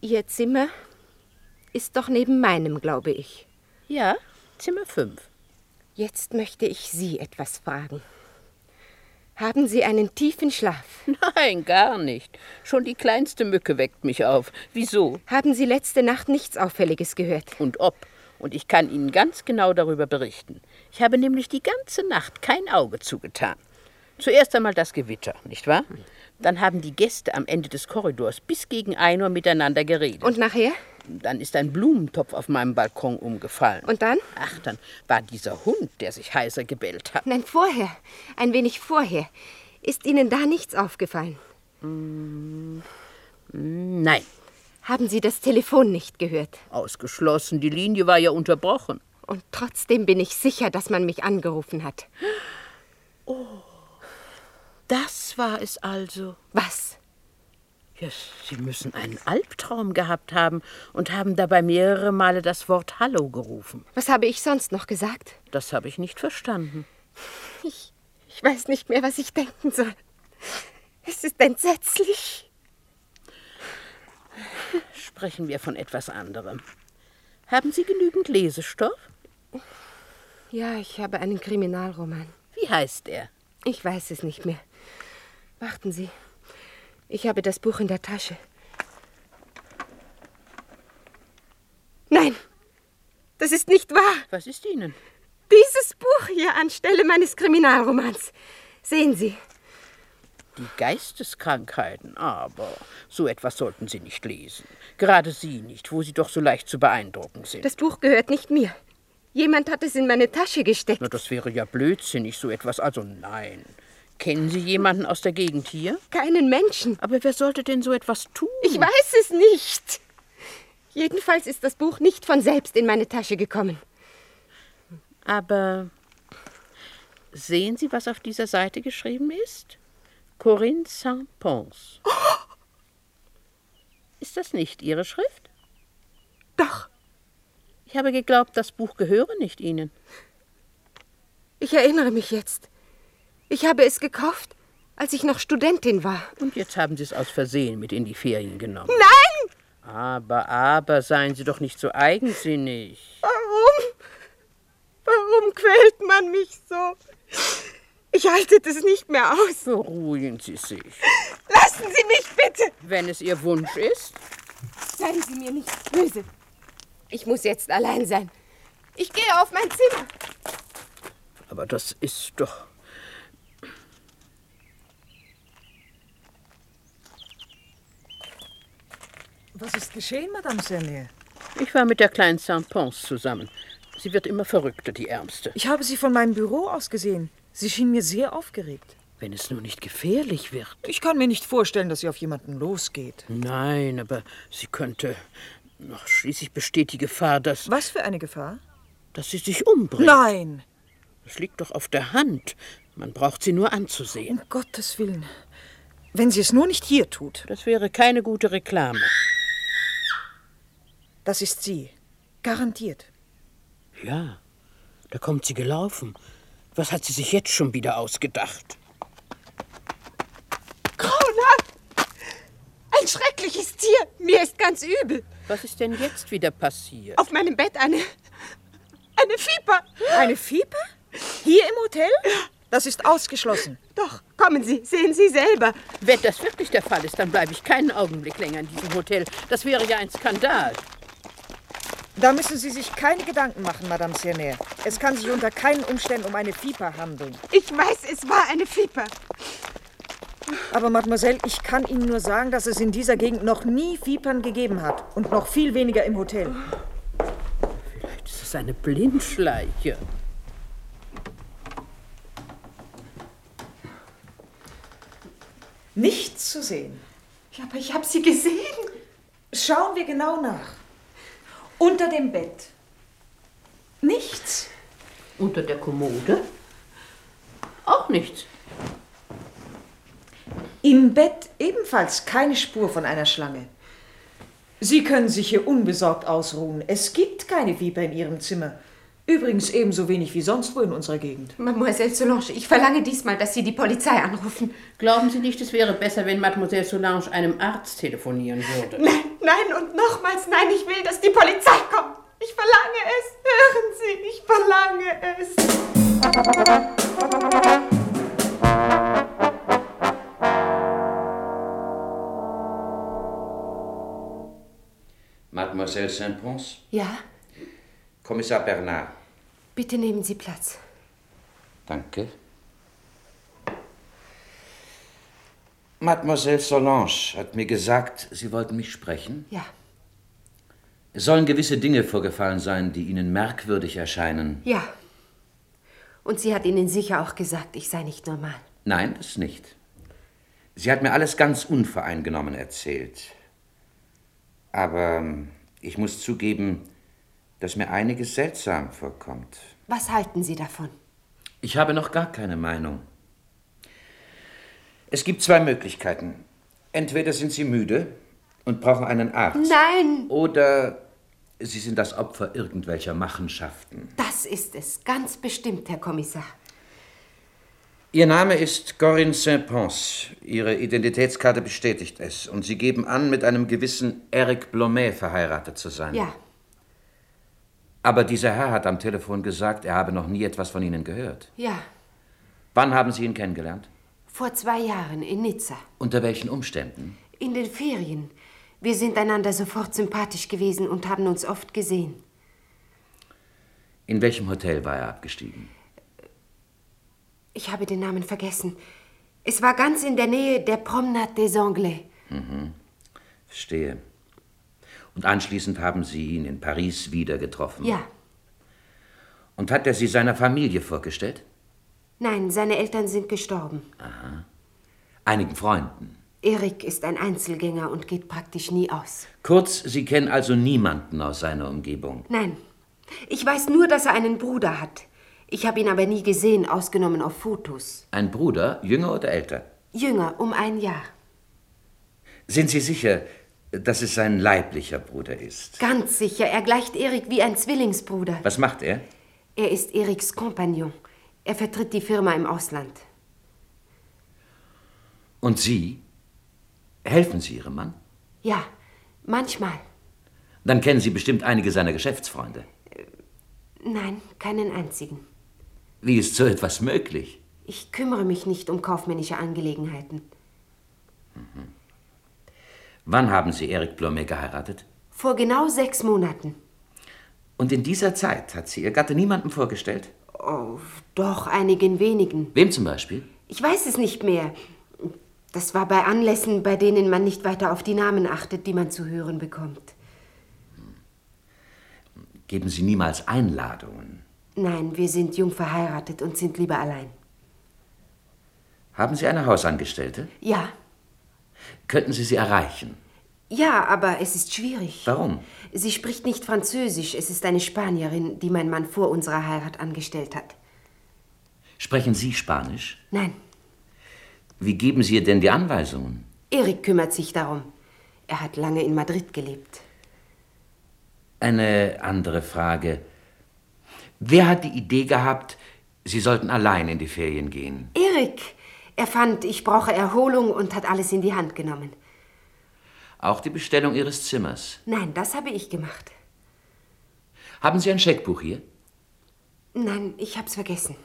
Speaker 4: Ihr Zimmer ist doch neben meinem, glaube ich.
Speaker 5: Ja, Zimmer 5.
Speaker 4: Jetzt möchte ich Sie etwas fragen. Haben Sie einen tiefen Schlaf?
Speaker 5: Nein, gar nicht. Schon die kleinste Mücke weckt mich auf. Wieso?
Speaker 4: Haben Sie letzte Nacht nichts Auffälliges gehört?
Speaker 5: Und ob. Und ich kann Ihnen ganz genau darüber berichten. Ich habe nämlich die ganze Nacht kein Auge zugetan. Zuerst einmal das Gewitter, nicht wahr? Dann haben die Gäste am Ende des Korridors bis gegen ein Uhr miteinander geredet.
Speaker 4: Und nachher?
Speaker 5: Dann ist ein Blumentopf auf meinem Balkon umgefallen.
Speaker 4: Und dann?
Speaker 5: Ach, dann war dieser Hund, der sich heiser gebellt hat.
Speaker 4: Nein, vorher. Ein wenig vorher. Ist Ihnen da nichts aufgefallen?
Speaker 5: Nein.
Speaker 4: Haben Sie das Telefon nicht gehört?
Speaker 5: Ausgeschlossen. Die Linie war ja unterbrochen.
Speaker 4: Und trotzdem bin ich sicher, dass man mich angerufen hat.
Speaker 5: Oh. Das war es also.
Speaker 4: Was?
Speaker 5: Ja, Sie müssen einen Albtraum gehabt haben und haben dabei mehrere Male das Wort Hallo gerufen.
Speaker 4: Was habe ich sonst noch gesagt?
Speaker 5: Das habe ich nicht verstanden.
Speaker 4: Ich, ich weiß nicht mehr, was ich denken soll. Es ist entsetzlich.
Speaker 5: Sprechen wir von etwas anderem. Haben Sie genügend Lesestoff?
Speaker 4: Ja, ich habe einen Kriminalroman.
Speaker 5: Wie heißt er?
Speaker 4: Ich weiß es nicht mehr. Warten Sie. Ich habe das Buch in der Tasche. Nein, das ist nicht wahr.
Speaker 5: Was ist Ihnen?
Speaker 4: Dieses Buch hier anstelle meines Kriminalromans. Sehen Sie.
Speaker 5: Die Geisteskrankheiten, aber so etwas sollten Sie nicht lesen. Gerade Sie nicht, wo Sie doch so leicht zu beeindrucken sind.
Speaker 4: Das Buch gehört nicht mir. Jemand hat es in meine Tasche gesteckt.
Speaker 5: Na, das wäre ja blödsinnig, so etwas. Also nein. Kennen Sie jemanden aus der Gegend hier?
Speaker 4: Keinen Menschen.
Speaker 5: Aber wer sollte denn so etwas tun?
Speaker 4: Ich weiß es nicht. Jedenfalls ist das Buch nicht von selbst in meine Tasche gekommen.
Speaker 5: Aber sehen Sie, was auf dieser Seite geschrieben ist? Corinne Saint-Pons. Ist das nicht Ihre Schrift?
Speaker 4: Doch.
Speaker 5: Ich habe geglaubt, das Buch gehöre nicht Ihnen.
Speaker 4: Ich erinnere mich jetzt. Ich habe es gekauft, als ich noch Studentin war.
Speaker 5: Und jetzt haben Sie es aus Versehen mit in die Ferien genommen.
Speaker 4: Nein!
Speaker 5: Aber, aber, seien Sie doch nicht so eigensinnig.
Speaker 4: Warum? Warum quält man mich so? Ich halte das nicht mehr aus.
Speaker 5: Beruhigen Sie sich.
Speaker 4: Lassen Sie mich bitte!
Speaker 5: Wenn es Ihr Wunsch ist.
Speaker 4: Seien Sie mir nicht böse. Ich muss jetzt allein sein. Ich gehe auf mein Zimmer.
Speaker 5: Aber das ist doch.
Speaker 3: Was ist geschehen, Madame Sernier?
Speaker 5: Ich war mit der kleinen Saint-Pons zusammen. Sie wird immer verrückter, die Ärmste.
Speaker 3: Ich habe sie von meinem Büro aus gesehen. Sie schien mir sehr aufgeregt.
Speaker 5: Wenn es nur nicht gefährlich wird.
Speaker 3: Ich kann mir nicht vorstellen, dass sie auf jemanden losgeht.
Speaker 5: Nein, aber sie könnte. Noch schließlich besteht die Gefahr, dass.
Speaker 3: Was für eine Gefahr?
Speaker 5: Dass sie sich umbringt.
Speaker 3: Nein!
Speaker 5: Das liegt doch auf der Hand. Man braucht sie nur anzusehen.
Speaker 3: Um Gottes Willen. Wenn sie es nur nicht hier tut.
Speaker 5: Das wäre keine gute Reklame.
Speaker 3: Das ist sie. Garantiert.
Speaker 5: Ja, da kommt sie gelaufen. Was hat sie sich jetzt schon wieder ausgedacht?
Speaker 4: Grauenhaft! Ein schreckliches Tier! Mir ist ganz übel!
Speaker 5: Was ist denn jetzt wieder passiert?
Speaker 4: Auf meinem Bett eine. eine Fieber!
Speaker 3: Eine Fieber? Hier im Hotel? Das ist ausgeschlossen.
Speaker 4: Doch, kommen Sie, sehen Sie selber.
Speaker 5: Wenn das wirklich der Fall ist, dann bleibe ich keinen Augenblick länger in diesem Hotel. Das wäre ja ein Skandal.
Speaker 3: Da müssen Sie sich keine Gedanken machen, Madame Cerner. Es kann sich unter keinen Umständen um eine Viper handeln.
Speaker 4: Ich weiß, es war eine Viper.
Speaker 3: Aber Mademoiselle, ich kann Ihnen nur sagen, dass es in dieser Gegend noch nie Vipern gegeben hat. Und noch viel weniger im Hotel.
Speaker 5: Vielleicht ist es eine Blindschleiche.
Speaker 3: Nichts zu sehen.
Speaker 11: Ja, aber ich habe sie gesehen.
Speaker 3: Schauen wir genau nach. Unter dem Bett. Nichts.
Speaker 5: Unter der Kommode? Auch nichts.
Speaker 3: Im Bett ebenfalls keine Spur von einer Schlange.
Speaker 12: Sie können sich hier unbesorgt ausruhen. Es gibt keine Viper in Ihrem Zimmer. Übrigens ebenso wenig wie sonst wo in unserer Gegend.
Speaker 4: Mademoiselle Solange, ich verlange diesmal, dass Sie die Polizei anrufen.
Speaker 5: Glauben Sie nicht, es wäre besser, wenn Mademoiselle Solange einem Arzt telefonieren würde?
Speaker 4: Nein, nein und nochmals nein, ich will, dass die Polizei kommt. Ich verlange es. Hören Sie, ich verlange
Speaker 13: es. Mademoiselle Saint-Pons?
Speaker 4: Ja?
Speaker 13: Kommissar Bernard.
Speaker 4: Bitte nehmen Sie Platz.
Speaker 13: Danke. Mademoiselle Solange hat mir gesagt, Sie wollten mich sprechen.
Speaker 4: Ja,
Speaker 13: Es sollen gewisse Dinge vorgefallen sein, die Ihnen merkwürdig erscheinen.
Speaker 4: ja. Und sie hat Ihnen sicher auch gesagt, ich sei nicht normal.
Speaker 13: Nein, das nicht. Sie hat mir alles ganz unvoreingenommen erzählt. Aber ähm, ich muss zugeben, dass mir einiges seltsam vorkommt.
Speaker 4: Was halten Sie davon?
Speaker 13: Ich habe noch gar keine Meinung. Es gibt zwei Möglichkeiten. Entweder sind Sie müde und brauchen einen Arzt.
Speaker 14: Nein.
Speaker 13: Oder Sie sind das Opfer irgendwelcher Machenschaften.
Speaker 4: Das ist es, ganz bestimmt, Herr Kommissar.
Speaker 13: Ihr Name ist Corinne Saint-Pons. Ihre Identitätskarte bestätigt es. Und Sie geben an, mit einem gewissen Eric Blomet verheiratet zu sein.
Speaker 4: Ja,
Speaker 13: Aber dieser Herr hat am Telefon gesagt, er habe noch nie etwas von Ihnen gehört.
Speaker 4: ja,
Speaker 13: Wann haben Sie ihn kennengelernt?
Speaker 4: vor zwei Jahren in Nizza,
Speaker 13: Unter welchen Umständen?
Speaker 4: in den Ferien. Wir sind einander sofort sympathisch gewesen und haben uns oft gesehen.
Speaker 13: In welchem Hotel war er abgestiegen?
Speaker 4: Ich habe den Namen vergessen. Es war ganz in der Nähe der Promenade des Anglais.
Speaker 13: Mhm. Verstehe. Und anschließend haben Sie ihn in Paris wieder getroffen.
Speaker 4: Ja,
Speaker 13: Und hat er Sie seiner Familie vorgestellt?
Speaker 4: nein, seine Eltern sind gestorben.
Speaker 13: Aha. Einigen Freunden.
Speaker 4: Erik ist ein Einzelgänger und geht praktisch nie aus.
Speaker 13: Kurz, Sie kennen also niemanden aus seiner Umgebung.
Speaker 4: Nein, ich weiß nur, dass er einen Bruder hat. Ich habe ihn aber nie gesehen, ausgenommen auf Fotos.
Speaker 13: Ein Bruder, jünger oder älter?
Speaker 4: Jünger, um ein Jahr.
Speaker 13: Sind Sie sicher, dass es sein leiblicher Bruder ist?
Speaker 4: Ganz sicher, er gleicht Erik wie ein Zwillingsbruder.
Speaker 13: Was macht er?
Speaker 4: Er ist Eriks Kompagnon. Er vertritt die Firma im Ausland.
Speaker 13: Und Sie? Helfen Sie Ihrem Mann?
Speaker 4: Ja, manchmal.
Speaker 13: Dann kennen Sie bestimmt einige seiner Geschäftsfreunde.
Speaker 4: Nein, keinen einzigen.
Speaker 13: Wie ist so etwas möglich?
Speaker 4: Ich kümmere mich nicht um kaufmännische Angelegenheiten.
Speaker 13: Wann haben Sie Eric Blomet geheiratet?
Speaker 4: Vor genau sechs Monaten.
Speaker 13: Und in dieser Zeit hat sie Ihr Gatte niemandem vorgestellt?
Speaker 4: Oh, doch einigen wenigen.
Speaker 13: Wem zum Beispiel?
Speaker 4: Ich weiß es nicht mehr. Das war bei Anlässen, bei denen man nicht weiter auf die Namen achtet, die man zu hören bekommt.
Speaker 13: Geben Sie niemals Einladungen.
Speaker 4: Nein, wir sind jung verheiratet und sind lieber allein.
Speaker 13: Haben Sie eine Hausangestellte?
Speaker 4: Ja,
Speaker 13: Könnten Sie sie erreichen?
Speaker 4: ja, aber es ist schwierig.
Speaker 13: Warum?
Speaker 4: Sie spricht nicht Französisch. Es ist eine Spanierin, die mein Mann vor unserer Heirat angestellt hat.
Speaker 13: Sprechen Sie Spanisch?
Speaker 4: Nein,
Speaker 13: Wie geben Sie ihr denn die Anweisungen?
Speaker 4: Erik kümmert sich darum. Er hat lange in Madrid gelebt.
Speaker 13: Eine andere Frage. Wer hat die Idee gehabt, Sie sollten allein in die Ferien gehen?
Speaker 4: Erik! Er fand, ich brauche Erholung und hat alles in die Hand genommen.
Speaker 13: Auch die Bestellung Ihres Zimmers.
Speaker 4: Nein, das habe ich gemacht.
Speaker 13: Haben Sie ein Scheckbuch hier?
Speaker 4: Nein, ich hab's vergessen.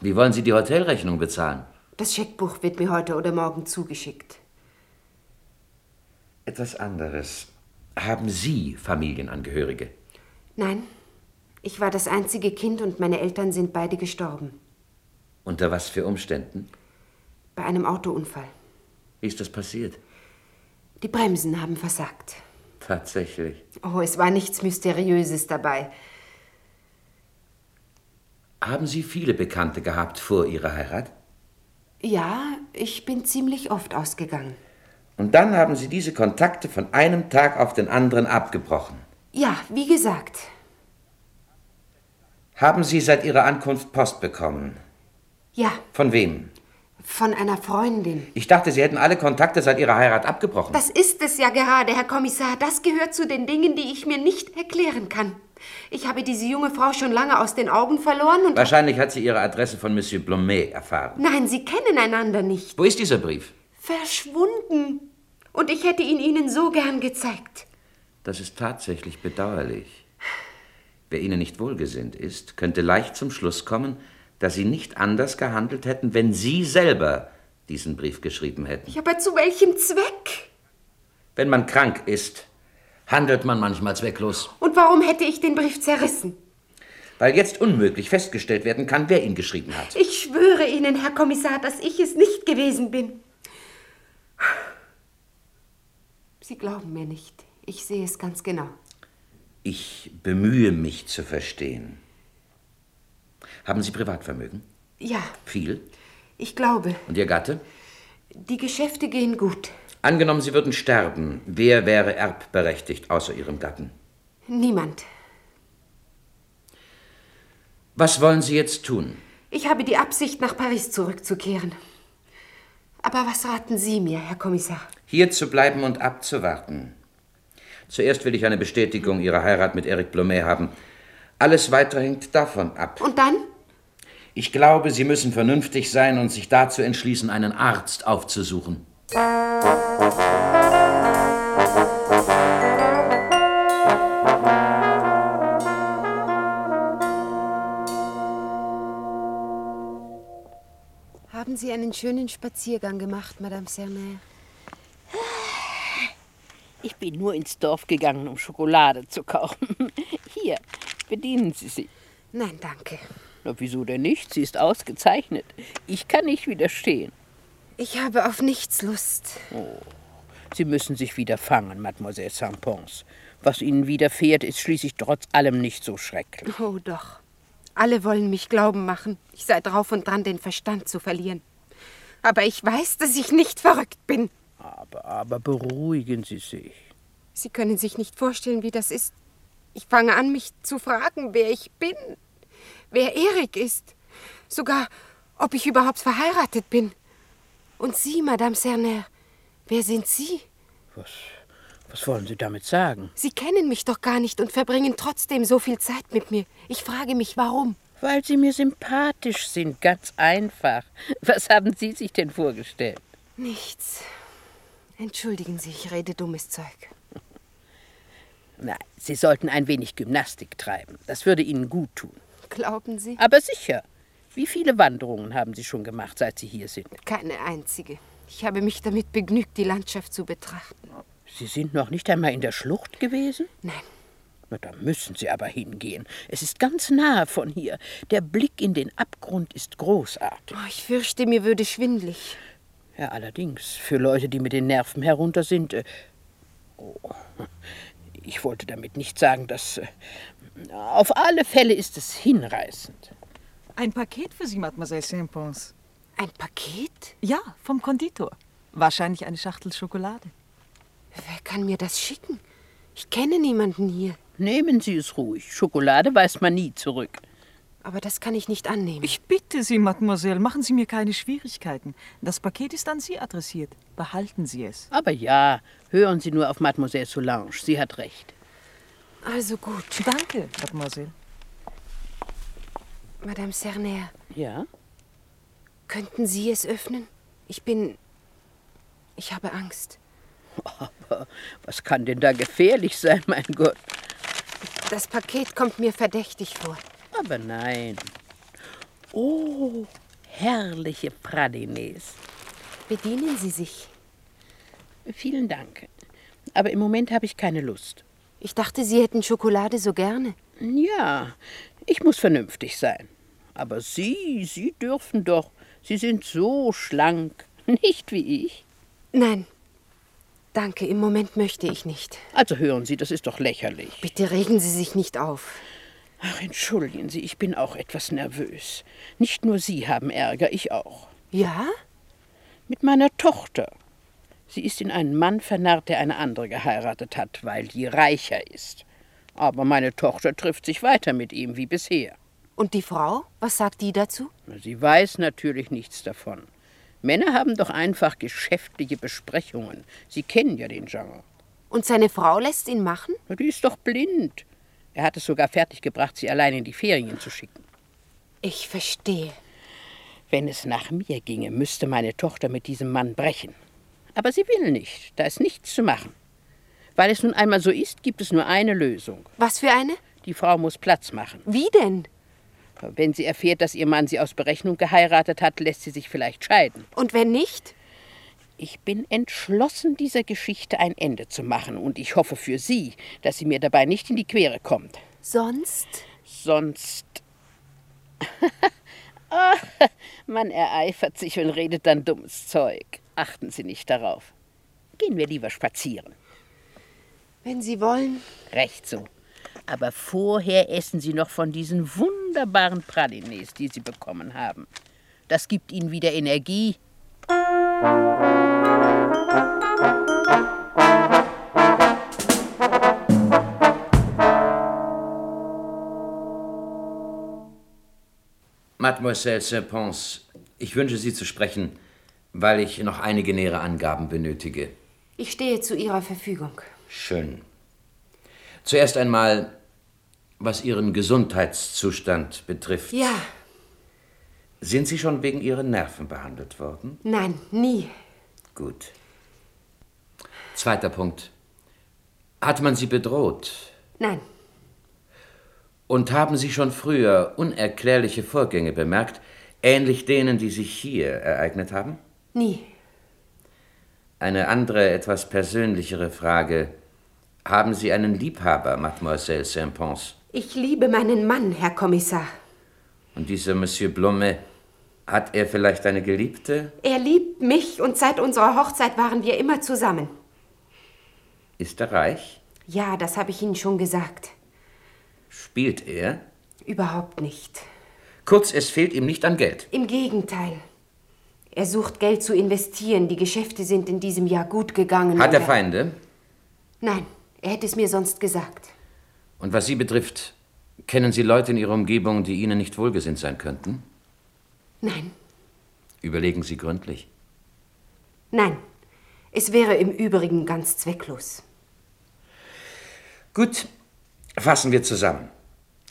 Speaker 13: Wie wollen Sie die Hotelrechnung bezahlen?
Speaker 4: Das Scheckbuch wird mir heute oder morgen zugeschickt.
Speaker 13: Etwas anderes. Haben Sie Familienangehörige?
Speaker 4: Nein, ich war das einzige Kind und meine Eltern sind beide gestorben.
Speaker 13: Unter was für Umständen?
Speaker 4: Bei einem Autounfall.
Speaker 13: Wie ist das passiert?
Speaker 4: Die Bremsen haben versagt.
Speaker 13: Tatsächlich.
Speaker 4: Oh, es war nichts Mysteriöses dabei.
Speaker 13: Haben Sie viele Bekannte gehabt vor Ihrer Heirat?
Speaker 4: Ja, ich bin ziemlich oft ausgegangen.
Speaker 13: Und dann haben Sie diese Kontakte von einem Tag auf den anderen abgebrochen.
Speaker 4: Ja, wie gesagt.
Speaker 13: Haben Sie seit Ihrer Ankunft Post bekommen?
Speaker 4: Ja,
Speaker 13: Von wem?
Speaker 4: von einer Freundin.
Speaker 13: Ich dachte, Sie hätten alle Kontakte seit Ihrer Heirat abgebrochen.
Speaker 4: Das ist es ja gerade, Herr Kommissar. Das gehört zu den Dingen, die ich mir nicht erklären kann. Ich habe diese junge Frau schon lange aus den Augen verloren und.
Speaker 13: Wahrscheinlich hat sie Ihre Adresse von Monsieur Blomet erfahren.
Speaker 4: Nein, sie kennen einander nicht.
Speaker 13: Wo ist dieser Brief?
Speaker 4: Verschwunden. Und ich hätte ihn Ihnen so gern gezeigt.
Speaker 13: Das ist tatsächlich bedauerlich. Wer Ihnen nicht wohlgesinnt ist, könnte leicht zum Schluss kommen, dass Sie nicht anders gehandelt hätten, wenn Sie selber diesen Brief geschrieben hätten.
Speaker 4: Ja, aber zu welchem Zweck?
Speaker 13: Wenn man krank ist, handelt man manchmal zwecklos,
Speaker 4: Und warum hätte ich den Brief zerrissen?
Speaker 13: weil jetzt unmöglich festgestellt werden kann, wer ihn geschrieben hat.
Speaker 4: Ich schwöre Ihnen, Herr Kommissar, dass ich es nicht gewesen bin. Sie glauben mir nicht. Ich sehe es ganz genau.
Speaker 13: Ich bemühe mich zu verstehen. Haben Sie Privatvermögen?
Speaker 4: Ja,
Speaker 13: Viel?
Speaker 4: ich glaube,
Speaker 13: Und Ihr Gatte?
Speaker 4: die Geschäfte gehen gut.
Speaker 13: Angenommen, Sie würden sterben, wer wäre erbberechtigt außer Ihrem Gatten?
Speaker 4: Niemand.
Speaker 13: Was wollen Sie jetzt tun?
Speaker 4: Ich habe die Absicht, nach Paris zurückzukehren. Aber was raten Sie mir, Herr Kommissar?
Speaker 13: hier zu bleiben und abzuwarten. Zuerst will ich eine Bestätigung Ihrer Heirat mit Eric Blomet haben. Alles weitere hängt davon ab.
Speaker 4: Und dann?
Speaker 13: Ich glaube, Sie müssen vernünftig sein und sich dazu entschließen, einen Arzt aufzusuchen.
Speaker 4: Haben Sie einen schönen Spaziergang gemacht, Madame Cernet?
Speaker 5: Ich bin nur ins Dorf gegangen, um Schokolade zu kaufen. Hier, bedienen Sie sie.
Speaker 4: Nein, danke.
Speaker 5: Na, wieso denn nicht? Sie ist ausgezeichnet. Ich kann nicht widerstehen.
Speaker 4: Ich habe auf nichts Lust.
Speaker 5: Oh, Sie müssen sich wieder fangen, Mademoiselle Sampons. Was Ihnen widerfährt, ist schließlich trotz allem nicht so schrecklich.
Speaker 4: Oh, doch. Alle wollen mich glauben machen, ich sei drauf und dran, den Verstand zu verlieren. Aber ich weiß, dass ich nicht verrückt bin.
Speaker 5: Aber, aber beruhigen Sie sich.
Speaker 4: Sie können sich nicht vorstellen, wie das ist. Ich fange an, mich zu fragen, wer ich bin, wer Erik ist, sogar ob ich überhaupt verheiratet bin. Und Sie, Madame Cerner, wer sind Sie?
Speaker 5: Was, was wollen Sie damit sagen?
Speaker 4: Sie kennen mich doch gar nicht und verbringen trotzdem so viel Zeit mit mir. Ich frage mich, warum?
Speaker 5: Weil Sie mir sympathisch sind, ganz einfach. Was haben Sie sich denn vorgestellt?
Speaker 4: Nichts. Entschuldigen Sie, ich rede dummes Zeug.
Speaker 5: Nein, Sie sollten ein wenig Gymnastik treiben. Das würde Ihnen gut tun.
Speaker 4: Glauben Sie?
Speaker 5: Aber sicher. Wie viele Wanderungen haben Sie schon gemacht, seit Sie hier sind?
Speaker 4: Keine einzige. Ich habe mich damit begnügt, die Landschaft zu betrachten.
Speaker 5: Sie sind noch nicht einmal in der Schlucht gewesen?
Speaker 4: Nein.
Speaker 5: Na, da müssen Sie aber hingehen. Es ist ganz nahe von hier. Der Blick in den Abgrund ist großartig.
Speaker 4: Oh, ich fürchte, mir würde schwindlig.
Speaker 5: Ja, allerdings, für Leute, die mit den Nerven herunter sind. Äh, oh, ich wollte damit nicht sagen, dass. Äh, auf alle Fälle ist es hinreißend.
Speaker 7: Ein Paket für Sie, Mademoiselle Saint-Pons.
Speaker 4: Ein Paket?
Speaker 7: Ja, vom Konditor. Wahrscheinlich eine Schachtel Schokolade.
Speaker 4: Wer kann mir das schicken? Ich kenne niemanden hier.
Speaker 5: Nehmen Sie es ruhig. Schokolade weiß man nie zurück.
Speaker 4: Aber das kann ich nicht annehmen.
Speaker 7: Ich bitte Sie, Mademoiselle, machen Sie mir keine Schwierigkeiten. Das Paket ist an Sie adressiert. Behalten Sie es.
Speaker 5: Aber ja, hören Sie nur auf Mademoiselle Solange. Sie hat recht.
Speaker 4: Also gut.
Speaker 7: Danke, Mademoiselle.
Speaker 4: Madame Cerner.
Speaker 5: Ja?
Speaker 4: Könnten Sie es öffnen? Ich bin. Ich habe Angst.
Speaker 5: Aber was kann denn da gefährlich sein, mein Gott?
Speaker 4: Das Paket kommt mir verdächtig vor.
Speaker 5: Aber nein. Oh, herrliche Pradines.
Speaker 4: Bedienen Sie sich.
Speaker 5: Vielen Dank. Aber im Moment habe ich keine Lust.
Speaker 4: Ich dachte, Sie hätten Schokolade so gerne.
Speaker 5: Ja, ich muss vernünftig sein. Aber Sie, Sie dürfen doch. Sie sind so schlank. Nicht wie ich.
Speaker 4: Nein, Danke, im Moment möchte ich nicht.
Speaker 5: Also hören Sie, das ist doch lächerlich.
Speaker 4: Bitte regen Sie sich nicht auf.
Speaker 5: Ach, entschuldigen Sie, ich bin auch etwas nervös. Nicht nur Sie haben Ärger, ich auch.
Speaker 4: Ja?
Speaker 5: Mit meiner Tochter. Sie ist in einen Mann vernarrt, der eine andere geheiratet hat, weil die reicher ist. Aber meine Tochter trifft sich weiter mit ihm wie bisher.
Speaker 4: Und die Frau? Was sagt die dazu?
Speaker 5: Sie weiß natürlich nichts davon. Männer haben doch einfach geschäftliche Besprechungen. Sie kennen ja den Genre.
Speaker 4: Und seine Frau lässt ihn machen?
Speaker 5: Die ist doch blind. Er hat es sogar fertiggebracht, sie allein in die Ferien zu schicken.
Speaker 4: Ich verstehe.
Speaker 5: Wenn es nach mir ginge, müsste meine Tochter mit diesem Mann brechen. Aber sie will nicht. Da ist nichts zu machen. Weil es nun einmal so ist, gibt es nur eine Lösung.
Speaker 4: Was für eine?
Speaker 5: Die Frau muss Platz machen.
Speaker 4: Wie denn?
Speaker 5: Wenn sie erfährt, dass ihr Mann sie aus Berechnung geheiratet hat, lässt sie sich vielleicht scheiden.
Speaker 4: Und wenn nicht?
Speaker 5: Ich bin entschlossen, dieser Geschichte ein Ende zu machen. Und ich hoffe für Sie, dass sie mir dabei nicht in die Quere kommt.
Speaker 4: Sonst?
Speaker 5: Sonst. oh, man ereifert sich und redet dann dummes Zeug. Achten Sie nicht darauf. Gehen wir lieber spazieren.
Speaker 4: Wenn Sie wollen.
Speaker 5: Recht so. Aber vorher essen Sie noch von diesen wunderbaren Pralines, die Sie bekommen haben. Das gibt Ihnen wieder Energie.
Speaker 13: Mademoiselle Saint-Pons, ich wünsche Sie zu sprechen, weil ich noch einige nähere Angaben benötige.
Speaker 4: Ich stehe zu Ihrer Verfügung.
Speaker 13: Schön. Zuerst einmal, was Ihren Gesundheitszustand betrifft.
Speaker 4: Ja,
Speaker 13: Sind Sie schon wegen Ihren Nerven behandelt worden?
Speaker 4: nein, nie.
Speaker 13: Gut. Zweiter Punkt. Hat man Sie bedroht?
Speaker 4: Nein,
Speaker 13: Und haben Sie schon früher unerklärliche Vorgänge bemerkt, ähnlich denen, die sich hier ereignet haben?
Speaker 4: nie.
Speaker 13: Eine andere, etwas persönlichere Frage. Haben Sie einen Liebhaber, Mademoiselle Saint-Pons?
Speaker 4: Ich liebe meinen Mann, Herr Kommissar.
Speaker 13: Und dieser Monsieur Blume, hat er vielleicht eine Geliebte?
Speaker 4: Er liebt mich und seit unserer Hochzeit waren wir immer zusammen.
Speaker 13: Ist er reich?
Speaker 4: Ja, das habe ich Ihnen schon gesagt.
Speaker 13: Spielt er?
Speaker 4: Überhaupt nicht.
Speaker 13: Kurz, es fehlt ihm nicht an Geld.
Speaker 4: Im Gegenteil. Er sucht Geld zu investieren. Die Geschäfte sind in diesem Jahr gut gegangen.
Speaker 13: Hat er
Speaker 4: und
Speaker 13: Feinde?
Speaker 4: Nein, er hätte es mir sonst gesagt.
Speaker 13: Und was Sie betrifft, kennen Sie Leute in Ihrer Umgebung, die Ihnen nicht wohlgesinnt sein könnten?
Speaker 4: Nein,
Speaker 13: Überlegen Sie gründlich.
Speaker 4: nein. Es wäre im Übrigen ganz zwecklos.
Speaker 13: Gut, fassen wir zusammen.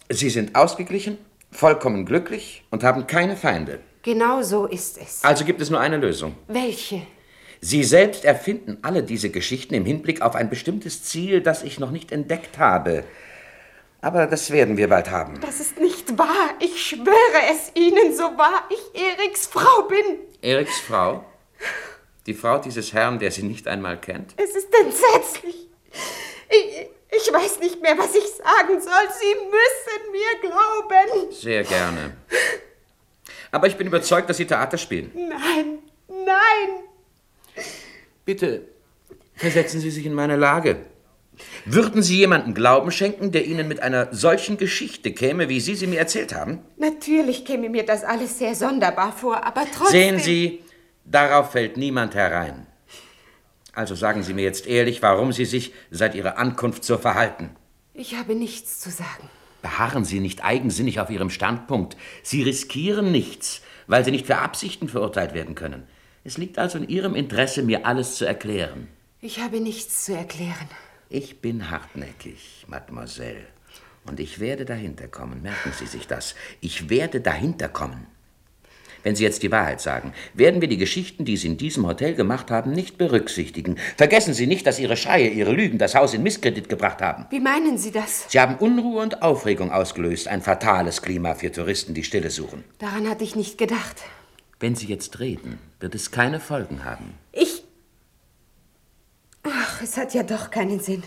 Speaker 13: Sie sind ausgeglichen, vollkommen glücklich und haben keine Feinde.
Speaker 4: Genau so ist es.
Speaker 13: Also gibt es nur eine Lösung.
Speaker 4: Welche?
Speaker 13: Sie selbst erfinden alle diese Geschichten im Hinblick auf ein bestimmtes Ziel, das ich noch nicht entdeckt habe. Aber das werden wir bald haben.
Speaker 15: Das ist nicht wahr. Ich schwöre es Ihnen, so wahr ich Eriks Frau bin.
Speaker 13: Eriks Frau, die Frau dieses Herrn, der sie nicht einmal kennt,
Speaker 15: Es ist entsetzlich. Ich, ich weiß nicht mehr, was ich sagen soll. Sie müssen mir glauben.
Speaker 13: sehr gerne. Aber ich bin überzeugt, dass Sie Theater spielen.
Speaker 15: Nein, nein.
Speaker 13: Bitte, versetzen Sie sich in meine Lage. Würden Sie jemanden Glauben schenken, der Ihnen mit einer solchen Geschichte käme, wie Sie sie mir erzählt haben?
Speaker 15: Natürlich käme mir das alles sehr sonderbar vor, aber trotzdem.
Speaker 13: Sehen Sie, darauf fällt niemand herein. Also sagen Sie mir jetzt ehrlich, warum Sie sich seit Ihrer Ankunft so verhalten.
Speaker 4: Ich habe nichts zu sagen.
Speaker 13: Beharren Sie nicht eigensinnig auf Ihrem Standpunkt. Sie riskieren nichts, weil Sie nicht für Absichten verurteilt werden können. Es liegt also in Ihrem Interesse, mir alles zu erklären.
Speaker 4: Ich habe nichts zu erklären.
Speaker 13: Ich bin hartnäckig, Mademoiselle. Und ich werde dahinter kommen. Merken Sie sich das. Ich werde dahinter kommen. Wenn Sie jetzt die Wahrheit sagen, werden wir die Geschichten, die Sie in diesem Hotel gemacht haben, nicht berücksichtigen. Vergessen Sie nicht, dass Ihre Schreie, Ihre Lügen das Haus in Misskredit gebracht haben.
Speaker 4: Wie meinen Sie das?
Speaker 13: Sie haben Unruhe und Aufregung ausgelöst, ein fatales Klima für Touristen, die Stille suchen.
Speaker 4: Daran hatte ich nicht gedacht.
Speaker 13: Wenn Sie jetzt reden, wird es keine Folgen haben.
Speaker 4: Ich. Ach, es hat ja doch keinen Sinn.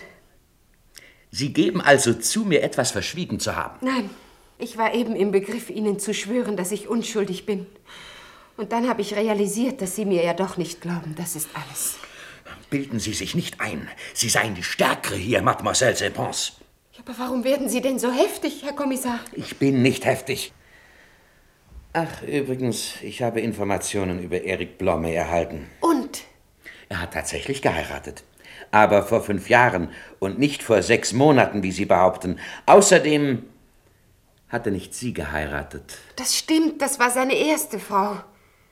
Speaker 13: Sie geben also zu, mir etwas verschwiegen zu haben.
Speaker 4: Nein, ich war eben im Begriff, Ihnen zu schwören, dass ich unschuldig bin. Und dann habe ich realisiert, dass Sie mir ja doch nicht glauben. Das ist alles.
Speaker 13: Bilden Sie sich nicht ein, Sie seien die Stärkere hier, Mademoiselle Sepons.
Speaker 4: Aber warum werden Sie denn so heftig, Herr Kommissar?
Speaker 13: Ich bin nicht heftig. Ach, übrigens, ich habe Informationen über Erik Blomme erhalten.
Speaker 4: Und?
Speaker 13: Er hat tatsächlich geheiratet. Aber vor fünf Jahren und nicht vor sechs Monaten, wie Sie behaupten. Außerdem hat er nicht Sie geheiratet.
Speaker 4: Das stimmt, das war seine erste Frau.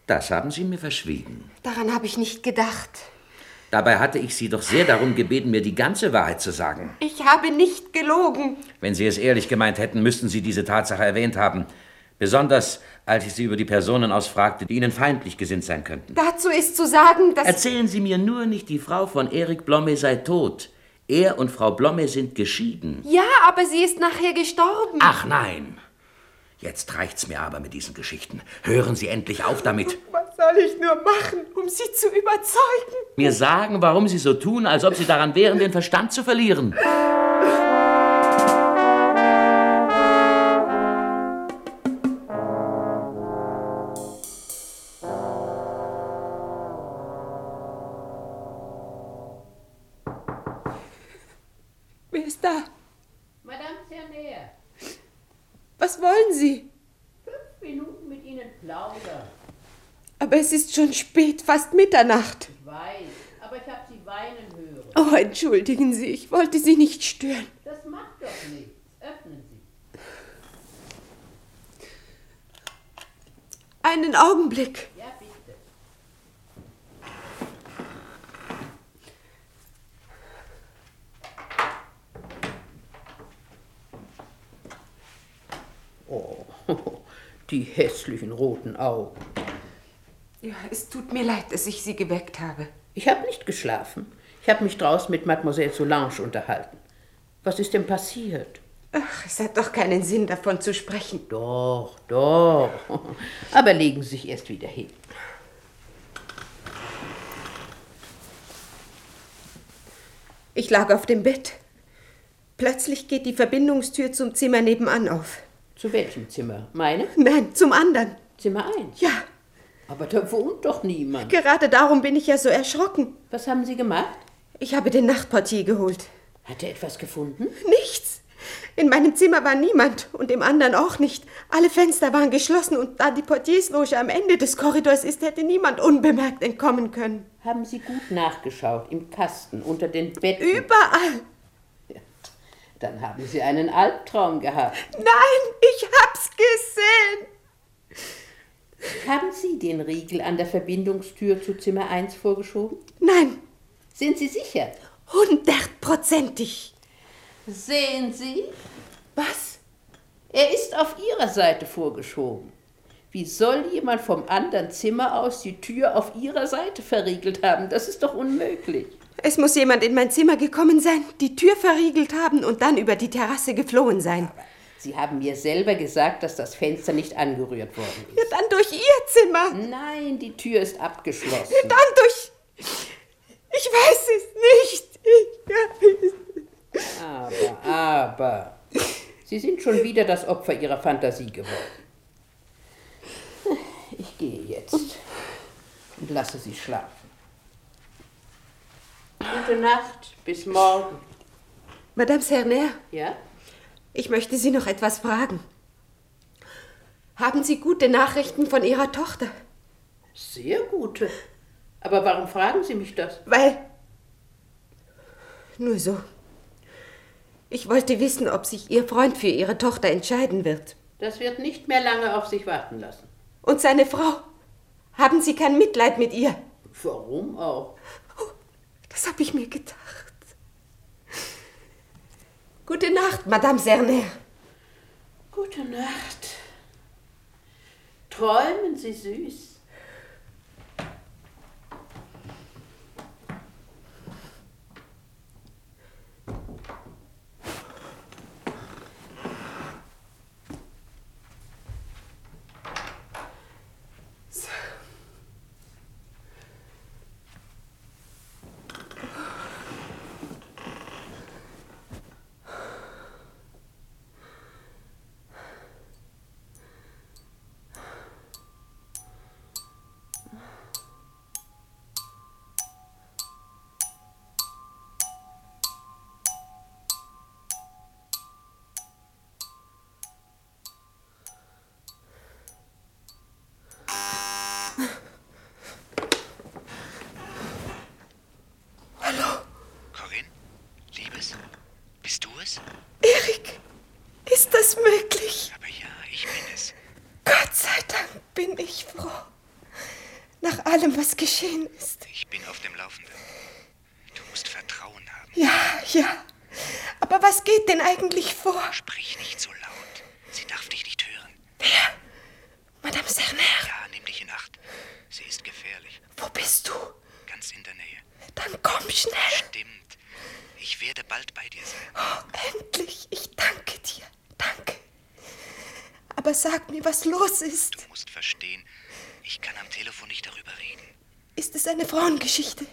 Speaker 13: Das haben Sie mir verschwiegen.
Speaker 4: Daran habe ich nicht gedacht.
Speaker 13: Dabei hatte ich Sie doch sehr darum gebeten, mir die ganze Wahrheit zu sagen.
Speaker 4: Ich habe nicht gelogen.
Speaker 13: Wenn Sie es ehrlich gemeint hätten, müssten Sie diese Tatsache erwähnt haben. Besonders, als ich Sie über die Personen ausfragte, die Ihnen feindlich gesinnt sein könnten.
Speaker 4: Dazu ist zu sagen, dass.
Speaker 13: Erzählen Sie mir nur nicht, die Frau von Erik Blomme sei tot. Er und Frau Blomme sind geschieden.
Speaker 4: ja, aber sie ist nachher gestorben.
Speaker 13: Ach nein! Jetzt reicht's mir aber mit diesen Geschichten. Hören Sie endlich auf damit.
Speaker 15: Was soll ich nur machen, um Sie zu überzeugen?
Speaker 13: Mir sagen, warum Sie so tun, als ob Sie daran wären, den Verstand zu verlieren.
Speaker 15: Wer ist da?
Speaker 5: Madame Cerner,
Speaker 15: Was wollen Sie?
Speaker 5: fünf Minuten mit Ihnen plaudern.
Speaker 15: Aber es ist schon spät, fast Mitternacht.
Speaker 5: Ich weiß, aber ich habe Sie weinen hören.
Speaker 15: Oh, entschuldigen Sie, ich wollte Sie nicht stören.
Speaker 5: Das macht doch nichts. Öffnen Sie.
Speaker 15: Einen Augenblick.
Speaker 5: Ja, bitte. Oh, die hässlichen roten Augen.
Speaker 4: Ja, es tut mir leid, dass ich Sie geweckt habe.
Speaker 5: Ich habe nicht geschlafen. Ich habe mich draußen mit Mademoiselle Solange unterhalten. Was ist denn passiert?
Speaker 4: Ach, es hat doch keinen Sinn, davon zu sprechen.
Speaker 5: Doch, doch. Aber legen Sie sich erst wieder hin.
Speaker 4: Ich lag auf dem Bett. Plötzlich geht die Verbindungstür zum Zimmer nebenan auf.
Speaker 5: Zu welchem Zimmer? Meine?
Speaker 4: Nein, zum anderen.
Speaker 5: Zimmer 1?
Speaker 4: Ja.
Speaker 5: Aber da wohnt doch niemand.
Speaker 4: Gerade darum bin ich ja so erschrocken.
Speaker 5: Was haben Sie gemacht?
Speaker 4: Ich habe den Nachtportier geholt.
Speaker 5: Hat er etwas gefunden?
Speaker 4: Nichts. In meinem Zimmer war niemand und im anderen auch nicht. Alle Fenster waren geschlossen und da die Portiersloge am Ende des Korridors ist, hätte niemand unbemerkt entkommen können.
Speaker 5: Haben Sie gut nachgeschaut? Im Kasten, unter den Betten?
Speaker 4: Überall.
Speaker 5: Dann haben Sie einen Albtraum gehabt.
Speaker 4: Nein, ich hab's gesehen.
Speaker 5: Haben Sie den Riegel an der Verbindungstür zu Zimmer 1 vorgeschoben?
Speaker 4: Nein.
Speaker 5: Sind Sie sicher?
Speaker 4: Hundertprozentig.
Speaker 5: Sehen Sie?
Speaker 4: Was?
Speaker 5: Er ist auf Ihrer Seite vorgeschoben. Wie soll jemand vom anderen Zimmer aus die Tür auf Ihrer Seite verriegelt haben? Das ist doch unmöglich.
Speaker 4: Es muss jemand in mein Zimmer gekommen sein, die Tür verriegelt haben und dann über die Terrasse geflohen sein. Aber
Speaker 5: Sie haben mir selber gesagt, dass das Fenster nicht angerührt worden ist.
Speaker 4: Ja, dann durch Ihr Zimmer.
Speaker 5: Nein, die Tür ist abgeschlossen.
Speaker 4: Ja, dann durch. Ich weiß es nicht. Ich
Speaker 5: weiß. Aber, aber. Sie sind schon wieder das Opfer Ihrer Fantasie geworden. Ich gehe jetzt und lasse Sie schlafen. Gute Nacht, bis morgen.
Speaker 4: Madame Cerner?
Speaker 5: Ja?
Speaker 4: Ich möchte Sie noch etwas fragen. Haben Sie gute Nachrichten von Ihrer Tochter?
Speaker 5: Sehr gute. Aber warum fragen Sie mich das?
Speaker 4: Weil. Nur so. Ich wollte wissen, ob sich Ihr Freund für Ihre Tochter entscheiden wird.
Speaker 5: Das wird nicht mehr lange auf sich warten lassen.
Speaker 4: Und seine Frau? Haben Sie kein Mitleid mit ihr? Oh,
Speaker 5: Warum auch?
Speaker 4: Das habe ich mir gedacht. Gute Nacht, Madame Serner.
Speaker 5: Gute Nacht. Träumen Sie süß.
Speaker 4: was geschehen ist.
Speaker 9: Ich bin auf dem Laufenden. Du musst Vertrauen haben.
Speaker 4: Ja, ja. Aber was geht denn eigentlich vor?
Speaker 9: Sprich nicht so laut. Sie darf dich nicht hören.
Speaker 4: Wer? Madame Cerner?
Speaker 9: Ja, nimm dich in Acht. Sie ist gefährlich.
Speaker 4: Wo bist du?
Speaker 9: Ganz in der Nähe.
Speaker 4: Dann komm schnell.
Speaker 9: Stimmt. Ich werde bald bei dir sein.
Speaker 4: Oh, endlich. Ich danke dir. Danke. Aber sag mir, was los ist.
Speaker 9: Du musst verstehen, ich kann am Telefon nicht darüber reden.
Speaker 4: Ist es eine Frauengeschichte?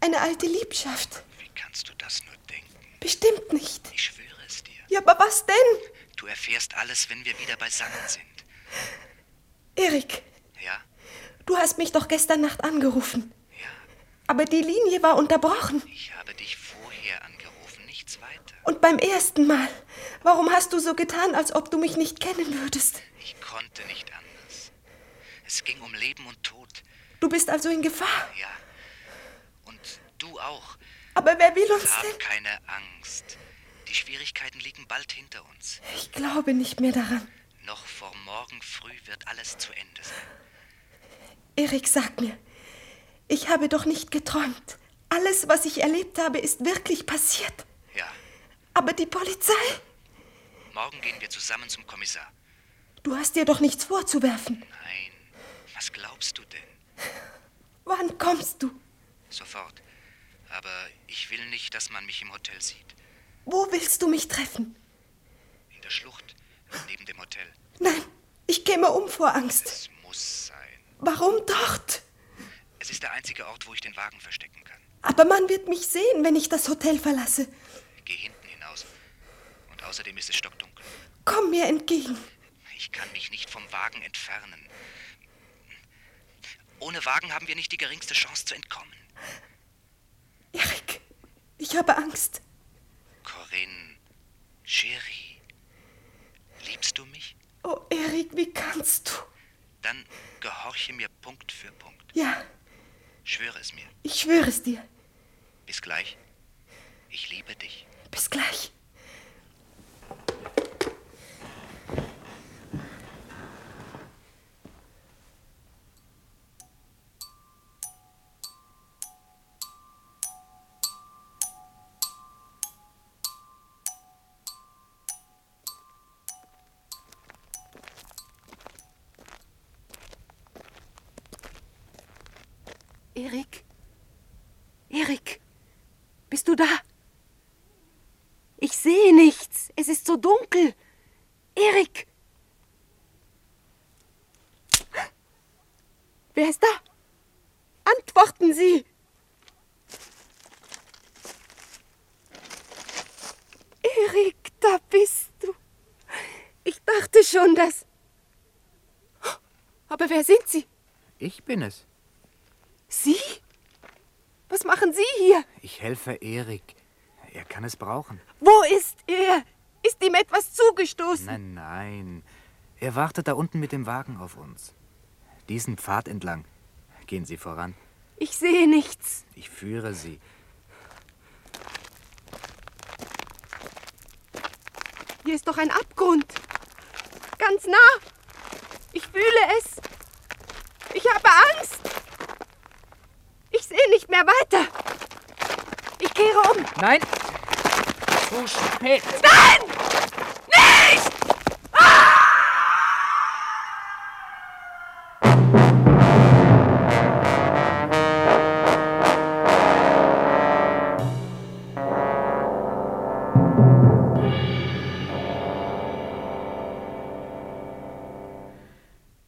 Speaker 4: Eine alte Liebschaft?
Speaker 9: Wie kannst du das nur denken?
Speaker 4: Bestimmt nicht.
Speaker 9: Ich schwöre es dir.
Speaker 4: Ja, aber was denn?
Speaker 9: Du erfährst alles, wenn wir wieder beisammen sind.
Speaker 4: Erik.
Speaker 9: Ja?
Speaker 4: Du hast mich doch gestern Nacht angerufen.
Speaker 9: Ja.
Speaker 4: Aber die Linie war unterbrochen.
Speaker 9: Ich habe dich vorher angerufen, nichts weiter.
Speaker 4: Und beim ersten Mal. Warum hast du so getan, als ob du mich nicht kennen würdest?
Speaker 9: Ich konnte nicht anders. Es ging um Leben und Tod.
Speaker 4: Du bist also in Gefahr?
Speaker 9: Ja. Und du auch.
Speaker 4: Aber wer will uns
Speaker 9: Hab
Speaker 4: denn?
Speaker 9: keine Angst. Die Schwierigkeiten liegen bald hinter uns.
Speaker 4: Ich glaube nicht mehr daran.
Speaker 9: Noch vor morgen früh wird alles zu Ende sein.
Speaker 4: Erik, sag mir, ich habe doch nicht geträumt. Alles, was ich erlebt habe, ist wirklich passiert.
Speaker 9: Ja.
Speaker 4: Aber die Polizei?
Speaker 9: Morgen gehen wir zusammen zum Kommissar.
Speaker 16: Du hast dir doch nichts vorzuwerfen.
Speaker 9: Nein. Was glaubst du denn?
Speaker 16: Wann kommst du?
Speaker 9: Sofort. Aber ich will nicht, dass man mich im Hotel sieht.
Speaker 16: Wo willst du mich treffen?
Speaker 9: In der Schlucht, neben dem Hotel.
Speaker 16: Nein, ich käme um vor Angst.
Speaker 9: Muss sein.
Speaker 16: Warum dort?
Speaker 9: Es ist der einzige Ort, wo ich den Wagen verstecken kann.
Speaker 16: Aber man wird mich sehen, wenn ich das Hotel verlasse.
Speaker 9: Geh hinten hinaus. Und außerdem ist es stockdunkel.
Speaker 16: Komm mir entgegen.
Speaker 9: Ich kann mich nicht vom Wagen entfernen. Ohne Wagen haben wir nicht die geringste Chance zu entkommen.
Speaker 16: Erik, ich habe Angst.
Speaker 9: Corinne, Sherry, liebst du mich?
Speaker 16: Oh, Erik, wie kannst du?
Speaker 9: Dann gehorche mir Punkt für Punkt.
Speaker 16: Ja,
Speaker 9: Schwöre es mir.
Speaker 16: ich schwöre es dir.
Speaker 9: Bis gleich. Ich liebe dich.
Speaker 16: Bis gleich.
Speaker 4: Erik? Erik? Bist du da? Ich sehe nichts. Es ist so dunkel. Erik?
Speaker 17: Wer ist da? Antworten Sie!
Speaker 4: Erik, da bist du. Ich dachte schon, dass. Aber wer sind Sie?
Speaker 18: Ich bin es.
Speaker 4: Sie? Was machen Sie hier?
Speaker 18: Ich helfe Erik. Er kann es brauchen.
Speaker 4: Wo ist er? Ist ihm etwas zugestoßen?
Speaker 18: Nein, nein. Er wartet da unten mit dem Wagen auf uns. Diesen Pfad entlang. Gehen Sie voran.
Speaker 4: Ich sehe nichts.
Speaker 18: Ich führe Sie.
Speaker 17: Hier ist doch ein Abgrund.
Speaker 4: Ganz nah. Ich fühle es.
Speaker 17: Ich habe Angst.
Speaker 4: Ich sehe nicht mehr weiter. Ich kehre um.
Speaker 18: Nein. Zu spät.
Speaker 4: Nein! Nicht!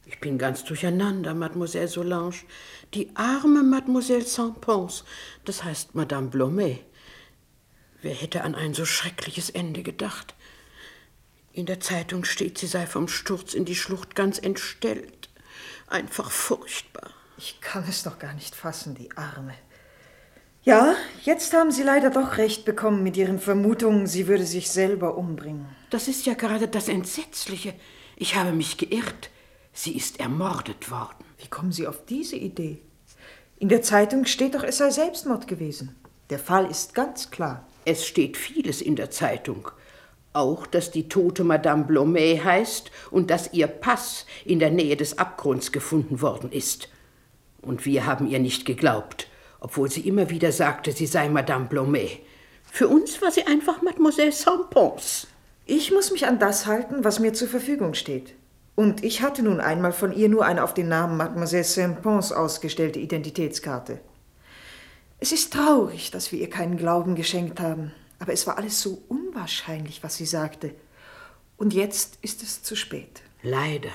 Speaker 5: Ich bin ganz durcheinander, Mademoiselle Solange. Die arme Mademoiselle Saint-Pons, das heißt Madame Blomet. Wer hätte an ein so schreckliches Ende gedacht? In der Zeitung steht, sie sei vom Sturz in die Schlucht ganz entstellt. Einfach furchtbar.
Speaker 19: Ich kann es doch gar nicht fassen, die Arme.
Speaker 3: Ja, jetzt haben Sie leider doch recht bekommen mit Ihren Vermutungen, sie würde sich selber umbringen.
Speaker 5: Das ist ja gerade das Entsetzliche. Ich habe mich geirrt. Sie ist ermordet worden.
Speaker 3: Wie kommen Sie auf diese Idee? In der Zeitung steht doch, es sei Selbstmord gewesen. Der Fall ist ganz klar.
Speaker 5: Es steht vieles in der Zeitung. Auch, dass die tote Madame Blomet heißt und dass ihr Pass in der Nähe des Abgrunds gefunden worden ist. Und wir haben ihr nicht geglaubt, obwohl sie immer wieder sagte, sie sei Madame Blomet. Für uns war sie einfach Mademoiselle Sampons.
Speaker 3: Ich muss mich an das halten, was mir zur Verfügung steht. Und ich hatte nun einmal von ihr nur eine auf den Namen Mademoiselle Saint-Pons ausgestellte Identitätskarte. Es ist traurig, dass wir ihr keinen Glauben geschenkt haben, aber es war alles so unwahrscheinlich, was sie sagte. Und jetzt ist es zu spät.
Speaker 5: Leider.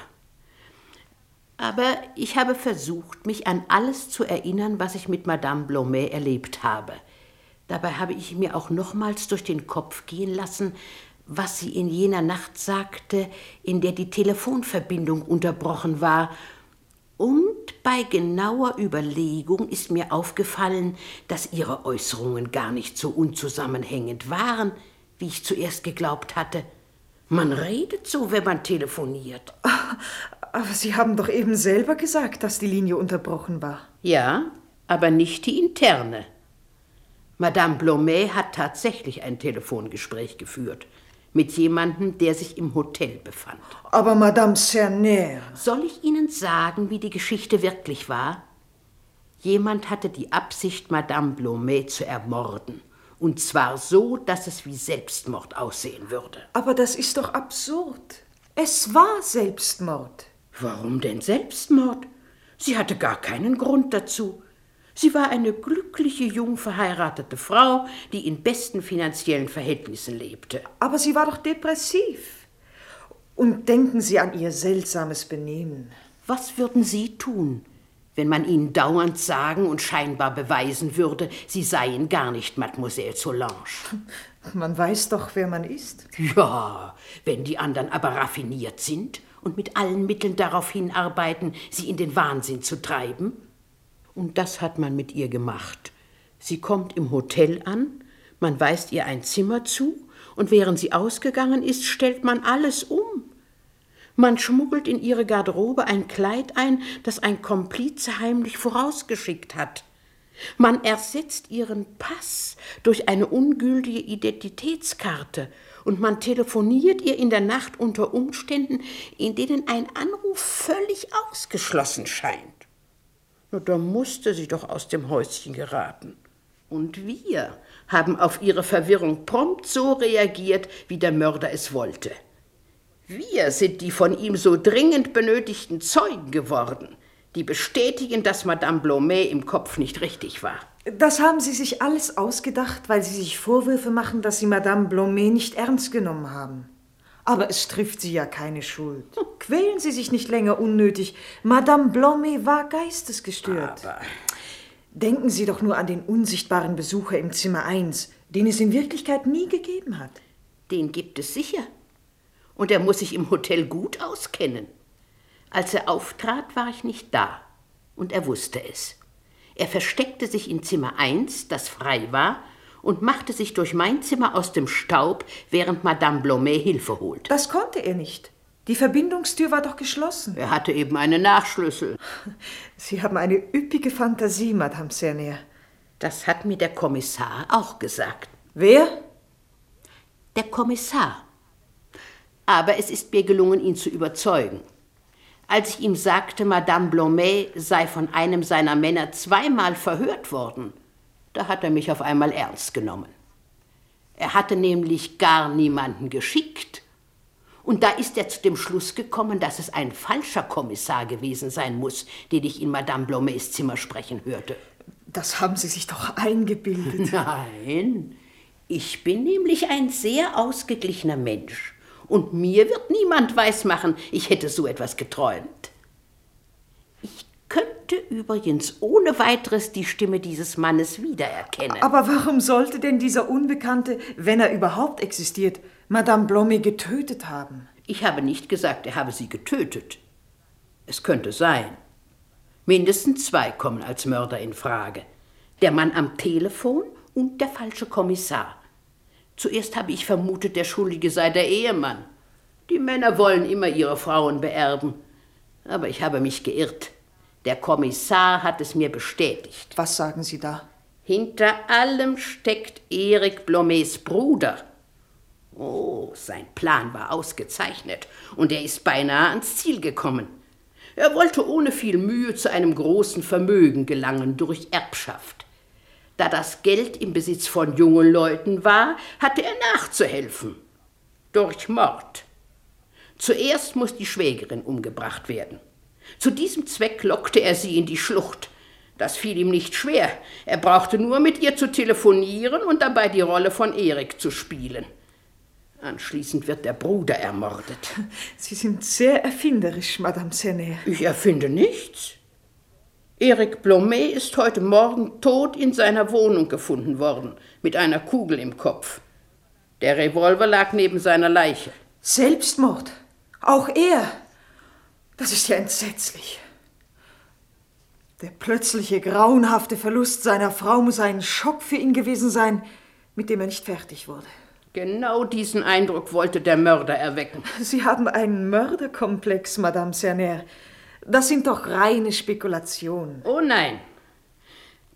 Speaker 5: Aber ich habe versucht, mich an alles zu erinnern, was ich mit Madame Blomet erlebt habe. Dabei habe ich mir auch nochmals durch den Kopf gehen lassen, was sie in jener Nacht sagte, in der die Telefonverbindung unterbrochen war. Und bei genauer Überlegung ist mir aufgefallen, dass ihre Äußerungen gar nicht so unzusammenhängend waren, wie ich zuerst geglaubt hatte. Man redet so, wenn man telefoniert.
Speaker 3: Aber Sie haben doch eben selber gesagt, dass die Linie unterbrochen war.
Speaker 5: Ja, aber nicht die interne. Madame Blomet hat tatsächlich ein Telefongespräch geführt mit jemandem, der sich im Hotel befand.
Speaker 3: Aber Madame Cerner.
Speaker 5: Soll ich Ihnen sagen, wie die Geschichte wirklich war? Jemand hatte die Absicht, Madame Blomet zu ermorden. Und zwar so, dass es wie Selbstmord aussehen würde.
Speaker 3: Aber das ist doch absurd. Es war Selbstmord.
Speaker 5: Warum denn Selbstmord? Sie hatte gar keinen Grund dazu. Sie war eine glückliche, jung verheiratete Frau, die in besten finanziellen Verhältnissen lebte.
Speaker 3: Aber sie war doch depressiv. Und denken Sie an ihr seltsames Benehmen.
Speaker 5: Was würden Sie tun, wenn man Ihnen dauernd sagen und scheinbar beweisen würde, Sie seien gar nicht Mademoiselle Solange?
Speaker 3: Man weiß doch, wer man ist.
Speaker 5: Ja, wenn die anderen aber raffiniert sind und mit allen Mitteln darauf hinarbeiten, sie in den Wahnsinn zu treiben. Und das hat man mit ihr gemacht. Sie kommt im Hotel an, man weist ihr ein Zimmer zu, und während sie ausgegangen ist, stellt man alles um. Man schmuggelt in ihre Garderobe ein Kleid ein, das ein Komplize heimlich vorausgeschickt hat. Man ersetzt ihren Pass durch eine ungültige Identitätskarte und man telefoniert ihr in der Nacht unter Umständen, in denen ein Anruf völlig ausgeschlossen scheint. Nur da musste sie doch aus dem Häuschen geraten. Und wir haben auf ihre Verwirrung prompt so reagiert, wie der Mörder es wollte. Wir sind die von ihm so dringend benötigten Zeugen geworden, die bestätigen, dass Madame Blomet im Kopf nicht richtig war.
Speaker 3: Das haben Sie sich alles ausgedacht, weil Sie sich Vorwürfe machen, dass Sie Madame Blomet nicht ernst genommen haben. Aber es trifft Sie ja keine Schuld. Quälen Sie sich nicht länger unnötig. Madame Blomet war geistesgestört.
Speaker 5: Aber
Speaker 3: Denken Sie doch nur an den unsichtbaren Besucher im Zimmer 1, den es in Wirklichkeit nie gegeben hat.
Speaker 5: Den gibt es sicher. Und er muss sich im Hotel gut auskennen. Als er auftrat, war ich nicht da. Und er wusste es. Er versteckte sich in Zimmer 1, das frei war, und machte sich durch mein Zimmer aus dem Staub, während Madame Blomet Hilfe holt.
Speaker 3: Das konnte er nicht. Die Verbindungstür war doch geschlossen.
Speaker 5: Er hatte eben einen Nachschlüssel.
Speaker 3: Sie haben eine üppige Fantasie, Madame Cernier.
Speaker 5: Das hat mir der Kommissar auch gesagt.
Speaker 3: Wer?
Speaker 5: Der Kommissar. Aber es ist mir gelungen, ihn zu überzeugen. Als ich ihm sagte, Madame Blomet sei von einem seiner Männer zweimal verhört worden, da hat er mich auf einmal ernst genommen. Er hatte nämlich gar niemanden geschickt. Und da ist er zu dem Schluss gekommen, dass es ein falscher Kommissar gewesen sein muss, den ich in Madame Blomets Zimmer sprechen hörte.
Speaker 3: Das haben Sie sich doch eingebildet.
Speaker 5: Nein, ich bin nämlich ein sehr ausgeglichener Mensch. Und mir wird niemand weismachen, ich hätte so etwas geträumt. Ich könnte übrigens ohne weiteres die Stimme dieses Mannes wiedererkennen.
Speaker 3: Aber warum sollte denn dieser Unbekannte, wenn er überhaupt existiert, Madame Blomet getötet haben?
Speaker 5: Ich habe nicht gesagt, er habe sie getötet. Es könnte sein. Mindestens zwei kommen als Mörder in Frage. Der Mann am Telefon und der falsche Kommissar. Zuerst habe ich vermutet, der Schuldige sei der Ehemann. Die Männer wollen immer ihre Frauen beerben. Aber ich habe mich geirrt. Der Kommissar hat es mir bestätigt.
Speaker 3: Was sagen Sie da?
Speaker 5: Hinter allem steckt Erik Blomets Bruder. Oh, sein Plan war ausgezeichnet und er ist beinahe ans Ziel gekommen. Er wollte ohne viel Mühe zu einem großen Vermögen gelangen durch Erbschaft. Da das Geld im Besitz von jungen Leuten war, hatte er nachzuhelfen. Durch Mord. Zuerst muss die Schwägerin umgebracht werden. Zu diesem Zweck lockte er sie in die Schlucht. Das fiel ihm nicht schwer. Er brauchte nur mit ihr zu telefonieren und dabei die Rolle von Erik zu spielen. Anschließend wird der Bruder ermordet.
Speaker 3: Sie sind sehr erfinderisch, Madame Senne.
Speaker 5: Ich erfinde nichts. Erik Blomet ist heute Morgen tot in seiner Wohnung gefunden worden, mit einer Kugel im Kopf. Der Revolver lag neben seiner Leiche.
Speaker 3: Selbstmord? Auch er? Das ist ja entsetzlich. Der plötzliche, grauenhafte Verlust seiner Frau muss ein Schock für ihn gewesen sein, mit dem er nicht fertig wurde.
Speaker 5: Genau diesen Eindruck wollte der Mörder erwecken.
Speaker 3: Sie haben einen Mörderkomplex, Madame Cerner. Das sind doch reine Spekulationen.
Speaker 5: Oh nein.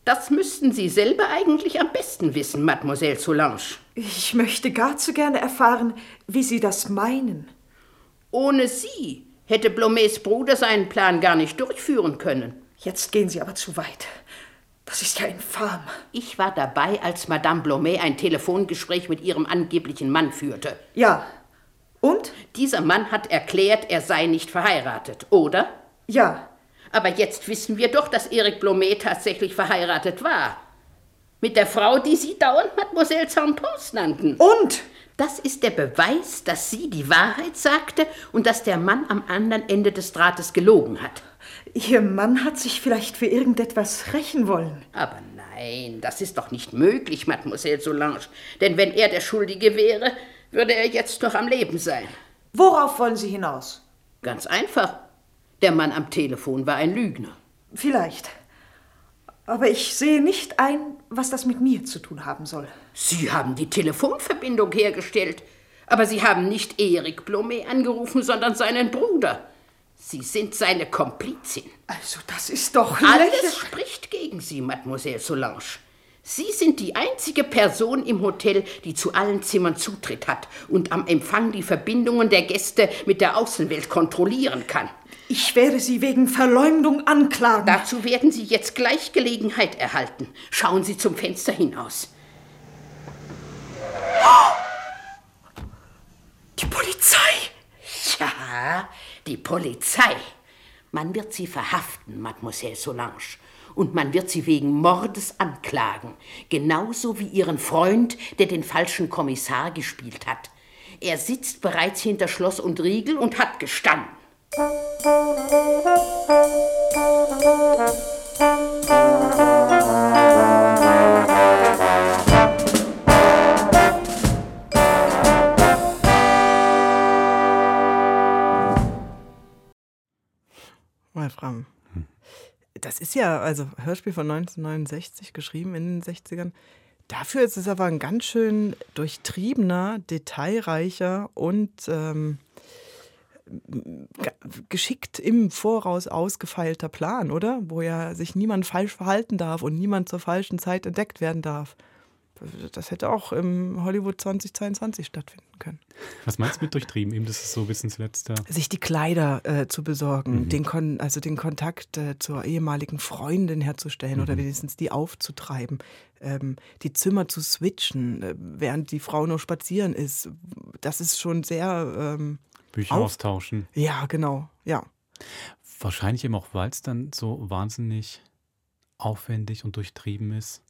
Speaker 5: Das müssten Sie selber eigentlich am besten wissen, Mademoiselle Solange.
Speaker 3: Ich möchte gar zu gerne erfahren, wie Sie das meinen.
Speaker 5: Ohne Sie hätte Blomets Bruder seinen Plan gar nicht durchführen können.
Speaker 3: Jetzt gehen Sie aber zu weit. Das ist ja infam.
Speaker 5: Ich war dabei, als Madame Blomet ein Telefongespräch mit ihrem angeblichen Mann führte.
Speaker 3: Ja,
Speaker 5: Und? Dieser Mann hat erklärt, er sei nicht verheiratet, oder? Ja. Aber jetzt wissen wir doch, dass Erik Blomet tatsächlich verheiratet war. Mit der Frau, die Sie dauernd Mademoiselle Sampons nannten. Und? Das ist der Beweis, dass sie die Wahrheit sagte und dass der Mann am anderen Ende des Drahtes gelogen hat.
Speaker 20: Ihr Mann hat sich vielleicht für irgendetwas rächen wollen.
Speaker 5: Aber nein, das ist doch nicht möglich, Mademoiselle Solange. Denn wenn er der Schuldige wäre, würde er jetzt noch am Leben sein.
Speaker 3: Worauf wollen Sie hinaus?
Speaker 5: Ganz einfach. Der Mann am Telefon war ein Lügner.
Speaker 3: Vielleicht. Aber ich sehe nicht ein, was das mit mir zu tun haben soll.
Speaker 5: Sie haben die Telefonverbindung hergestellt. Aber Sie haben nicht Erik Blome angerufen, sondern seinen Bruder. Sie sind seine Komplizin.
Speaker 3: Also, das ist doch.
Speaker 5: Alles spricht gegen Sie, Mademoiselle Solange. Sie sind die einzige Person im Hotel, die zu allen Zimmern Zutritt hat und am Empfang die Verbindungen der Gäste mit der Außenwelt kontrollieren kann.
Speaker 3: Ich werde Sie wegen Verleumdung anklagen.
Speaker 5: Dazu werden Sie jetzt gleich Gelegenheit erhalten. Schauen Sie zum Fenster hinaus.
Speaker 3: Die Polizei!
Speaker 5: Ja, die Polizei. Man wird Sie verhaften, Mademoiselle Solange. Und man wird Sie wegen Mordes anklagen. Genauso wie Ihren Freund, der den falschen Kommissar gespielt hat. Er sitzt bereits hinter Schloss und Riegel und hat gestanden.
Speaker 2: Wolfram. Das ist ja, also Hörspiel von 1969, geschrieben in den 60ern. Dafür ist es aber ein ganz schön durchtriebener, detailreicher und ähm, ge- geschickt im Voraus ausgefeilter Plan, oder? Wo ja sich niemand falsch verhalten darf und niemand zur falschen Zeit entdeckt werden darf. Das hätte auch im Hollywood 2022 stattfinden können.
Speaker 1: Was meinst du mit durchtrieben? Eben, das ist so bis ins Letzte.
Speaker 2: sich die Kleider äh, zu besorgen,
Speaker 1: Mhm.
Speaker 2: den Kon also den Kontakt äh, zur ehemaligen Freundin herzustellen oder
Speaker 1: Mhm.
Speaker 2: wenigstens die aufzutreiben, ähm, die Zimmer zu switchen, äh, während die Frau nur spazieren ist. Das ist schon sehr. Ähm,
Speaker 1: Bücher
Speaker 2: auf-
Speaker 1: austauschen.
Speaker 2: Ja, genau. Ja.
Speaker 1: Wahrscheinlich eben auch, weil es dann so wahnsinnig aufwendig und durchtrieben ist,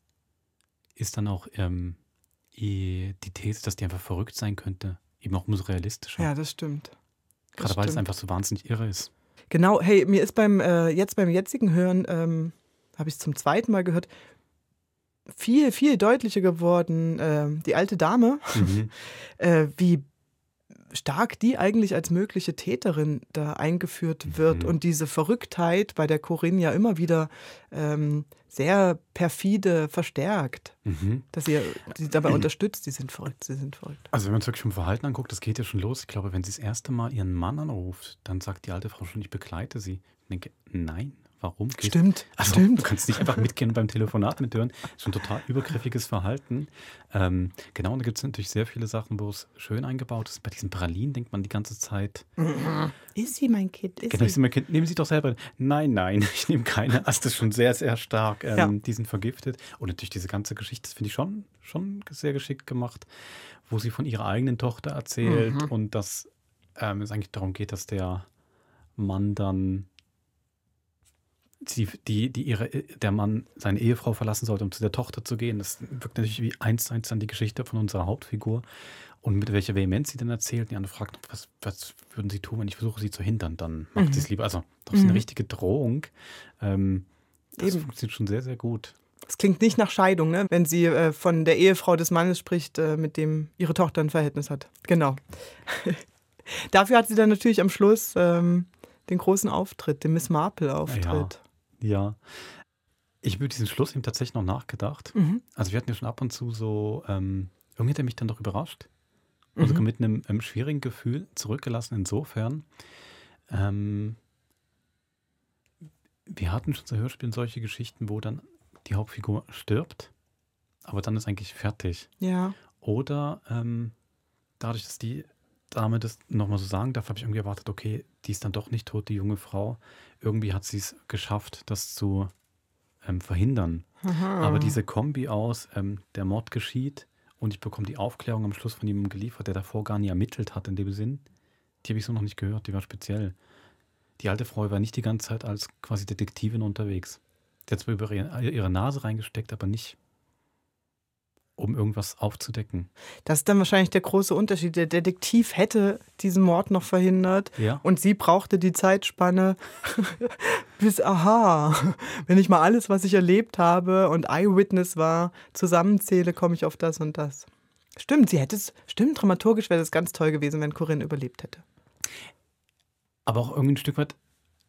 Speaker 1: ist dann auch ähm, eh die These, dass die einfach verrückt sein könnte, eben auch umso realistischer.
Speaker 2: Ja, das stimmt. Das
Speaker 1: Gerade weil es
Speaker 2: stimmt.
Speaker 1: einfach so wahnsinnig irre ist.
Speaker 2: Genau, hey, mir ist beim äh, jetzt beim jetzigen Hören, ähm, habe ich es zum zweiten Mal gehört, viel, viel deutlicher geworden, ähm, die alte Dame,
Speaker 1: Mhm.
Speaker 2: äh, wie stark die eigentlich als mögliche Täterin da eingeführt
Speaker 1: Mhm.
Speaker 2: wird und diese Verrücktheit bei der Corinne ja immer wieder ähm, sehr perfide verstärkt.
Speaker 1: Mhm.
Speaker 2: Dass ihr sie dabei unterstützt, sie sind verrückt, sie sind verrückt.
Speaker 1: Also wenn man es wirklich vom Verhalten anguckt, das geht ja schon los. Ich glaube, wenn sie das erste Mal ihren Mann anruft, dann sagt die alte Frau schon, ich begleite sie. Ich denke, nein, warum? Gehst-
Speaker 2: Stimmt,
Speaker 1: also,
Speaker 2: stimmt.
Speaker 1: Du kannst nicht einfach mitgehen und beim Telefonat mithören. Schon total übergriffiges Verhalten. Ähm, genau, und da gibt es natürlich sehr viele Sachen, wo es schön eingebaut ist. Bei diesen Pralinen denkt man die ganze Zeit,
Speaker 2: Ist sie mein Kind? Ist
Speaker 1: genau, ich
Speaker 2: sie?
Speaker 1: sehe mein Kind, nehmen Sie doch selber. Nein, nein, ich nehme keine. Also das ist schon sehr, sehr stark. Ähm,
Speaker 2: Ja.
Speaker 1: Die sind vergiftet. Und natürlich diese ganze Geschichte, das finde ich schon, schon sehr geschickt gemacht, wo sie von ihrer eigenen Tochter erzählt
Speaker 2: Mhm.
Speaker 1: und dass ähm, es eigentlich darum geht, dass der Mann dann sie, die, die ihre, äh, der Mann seine Ehefrau verlassen sollte, um zu der Tochter zu gehen. Das wirkt natürlich wie eins zu eins dann die Geschichte von unserer Hauptfigur. Und mit welcher Vehemenz sie dann erzählt. Die andere fragt, was, was würden sie tun, wenn ich versuche, sie zu hindern? Dann macht
Speaker 2: Mhm.
Speaker 1: sie es lieber. Also, das ist eine
Speaker 2: Mhm.
Speaker 1: richtige Drohung. Ähm, das
Speaker 2: Eben.
Speaker 1: funktioniert schon sehr, sehr gut.
Speaker 2: Es klingt nicht nach Scheidung, ne? wenn sie äh, von der Ehefrau des Mannes spricht, äh, mit dem ihre Tochter ein Verhältnis hat. Genau. Dafür hat sie dann natürlich am Schluss ähm, den großen Auftritt, den Miss Marple-Auftritt.
Speaker 1: Ja. Ich habe über diesen Schluss eben tatsächlich noch nachgedacht.
Speaker 2: Mhm.
Speaker 1: Also wir hatten ja schon ab und zu so, ähm, irgendwie hat er mich dann doch überrascht. Und
Speaker 2: Mhm.
Speaker 1: sogar mit einem, ähm, schwierigen Gefühl zurückgelassen insofern. Ähm, wir hatten schon zu Hörspielen solche Geschichten, wo dann die Hauptfigur stirbt, aber dann ist eigentlich fertig.
Speaker 2: Ja.
Speaker 1: Oder ähm, dadurch, dass die Dame das nochmal so sagen darf, habe ich irgendwie erwartet, okay, die ist dann doch nicht tot, die junge Frau. Irgendwie hat sie es geschafft, das zu ähm, verhindern.
Speaker 2: Aha.
Speaker 1: Aber diese Kombi aus, ähm, der Mord geschieht und ich bekomme die Aufklärung am Schluss von jemandem geliefert, der davor gar nie ermittelt hat in dem Sinn. Die habe ich so noch nicht gehört, die war speziell. Die alte Frau war nicht die ganze Zeit als quasi Detektivin unterwegs. Die hat zwar über ihre ihre Nase reingesteckt, aber nicht, um irgendwas aufzudecken.
Speaker 2: Das ist dann wahrscheinlich der große Unterschied. Der Detektiv hätte diesen Mord noch verhindert
Speaker 1: Ja.
Speaker 2: und sie brauchte die Zeitspanne bis, aha, wenn ich mal alles, was ich erlebt habe und Eyewitness war, zusammenzähle, komme ich auf das und das. Stimmt, sie hätte es, stimmt, dramaturgisch wäre das ganz toll gewesen, wenn Corinne überlebt hätte.
Speaker 1: Aber auch irgendwie ein Stück weit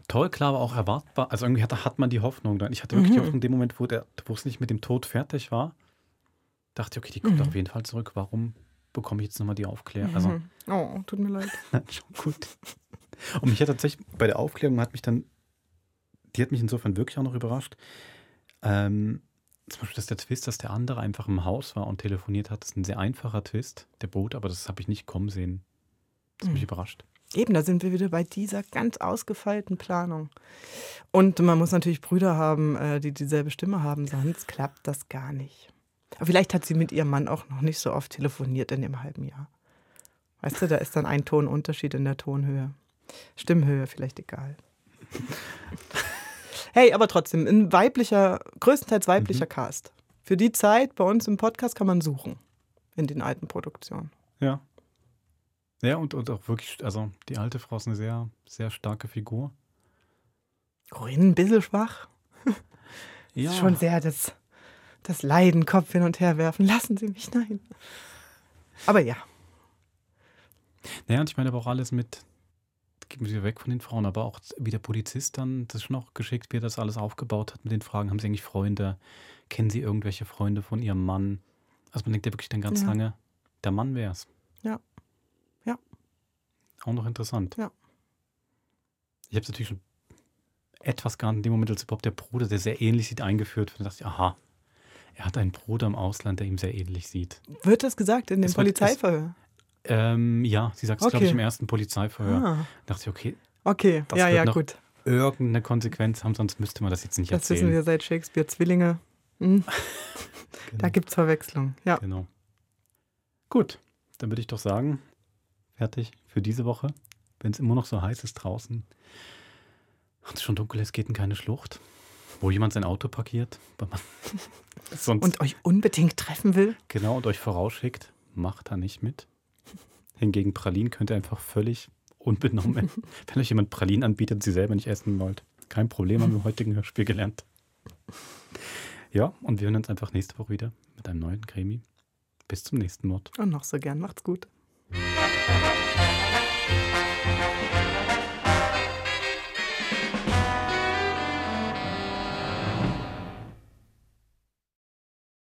Speaker 1: toll, klar, aber auch erwartbar. Also irgendwie hat, hat man die Hoffnung. dann. Ich hatte wirklich die
Speaker 2: Mhm.
Speaker 1: Hoffnung, in dem Moment, wo der- wo es nicht mit dem Tod fertig war, dachte ich, okay, die kommt
Speaker 2: Mhm.
Speaker 1: auf jeden Fall zurück. Warum bekomme ich jetzt nochmal die Aufklärung? Also,
Speaker 2: Mhm. Oh, tut mir leid.
Speaker 1: Nein, schon gut. Und mich hat tatsächlich bei der Aufklärung hat mich dann, die hat mich insofern wirklich auch noch überrascht. Ähm, zum Beispiel, dass der Twist, dass der andere einfach im Haus war und telefoniert hat, ist ein sehr einfacher Twist, der Boot, aber das habe ich nicht kommen sehen. Das hat mich
Speaker 2: Mhm.
Speaker 1: überrascht.
Speaker 2: Eben, da sind wir wieder bei dieser ganz ausgefeilten Planung. Und man muss natürlich Brüder haben, äh, die dieselbe Stimme haben, sonst klappt das gar nicht. Aber vielleicht hat sie mit ihrem Mann auch noch nicht so oft telefoniert in dem halben Jahr. Weißt du, da ist dann ein Tonunterschied in der Tonhöhe. Stimmhöhe vielleicht egal. hey, aber trotzdem, ein weiblicher, größtenteils weiblicher Cast. Für die Zeit bei uns im Podcast kann man suchen. In den alten Produktionen.
Speaker 1: Ja. Ja, und, und auch wirklich, also die alte Frau ist eine sehr, sehr starke Figur.
Speaker 2: Corinne ein bisschen schwach. Das ist schon sehr das, das Leiden, Kopf hin und her werfen. Lassen Sie mich, nein. Aber ja.
Speaker 1: Naja, und ich meine aber auch alles mit, gehen wir weg von den Frauen, aber auch wie der Polizist dann, das ist schon auch geschickt, wie er das alles aufgebaut hat mit den Fragen, haben sie eigentlich Freunde, kennen sie irgendwelche Freunde von ihrem Mann? Also man denkt ja wirklich dann ganz
Speaker 2: Ja.
Speaker 1: lange, der Mann wär's.
Speaker 2: Ja. Ja.
Speaker 1: Auch noch interessant.
Speaker 2: Ja.
Speaker 1: Ich habe es natürlich schon etwas gar in dem Moment, als überhaupt der Bruder, der sehr ähnlich sieht, eingeführt. Und dachte ich, aha, er hat einen Bruder im Ausland, der ihm sehr ähnlich sieht.
Speaker 2: Wird das gesagt in dem
Speaker 1: Es wird- es-
Speaker 2: Polizeiverhör?
Speaker 1: Ähm, ja, sie sagt es, glaube ich,
Speaker 2: Okay.
Speaker 1: im ersten Polizeiverhör.
Speaker 2: Ah.
Speaker 1: Dachte ich, okay.
Speaker 2: Okay, ja,
Speaker 1: wird
Speaker 2: ja,
Speaker 1: noch
Speaker 2: gut.
Speaker 1: Irgendeine Konsequenz haben, sonst müsste man das jetzt nicht
Speaker 2: Das
Speaker 1: erzählen.
Speaker 2: wissen wir seit Shakespeare Zwillinge. Hm. Da gibt es Verwechslung. Ja.
Speaker 1: Genau. Gut, dann würde ich doch sagen, fertig für diese Woche. Wenn es immer noch so heiß ist draußen und es schon dunkel ist, geht in keine Schlucht, wo jemand sein Auto parkiert, weil man sonst
Speaker 2: Und euch unbedingt treffen will.
Speaker 1: genau und euch vorausschickt, macht da nicht mit. Hingegen Pralinen könnt ihr einfach völlig unbenommen, wenn euch jemand Pralinen anbietet und sie selber nicht essen wollt. Kein Problem, haben wir im heutigen Hörspiel gelernt. Ja, und wir hören uns einfach nächste Woche
Speaker 2: Oh,
Speaker 1: wieder mit einem neuen Krimi. Bis zum nächsten Mord.
Speaker 2: Und noch so gern. Macht's gut.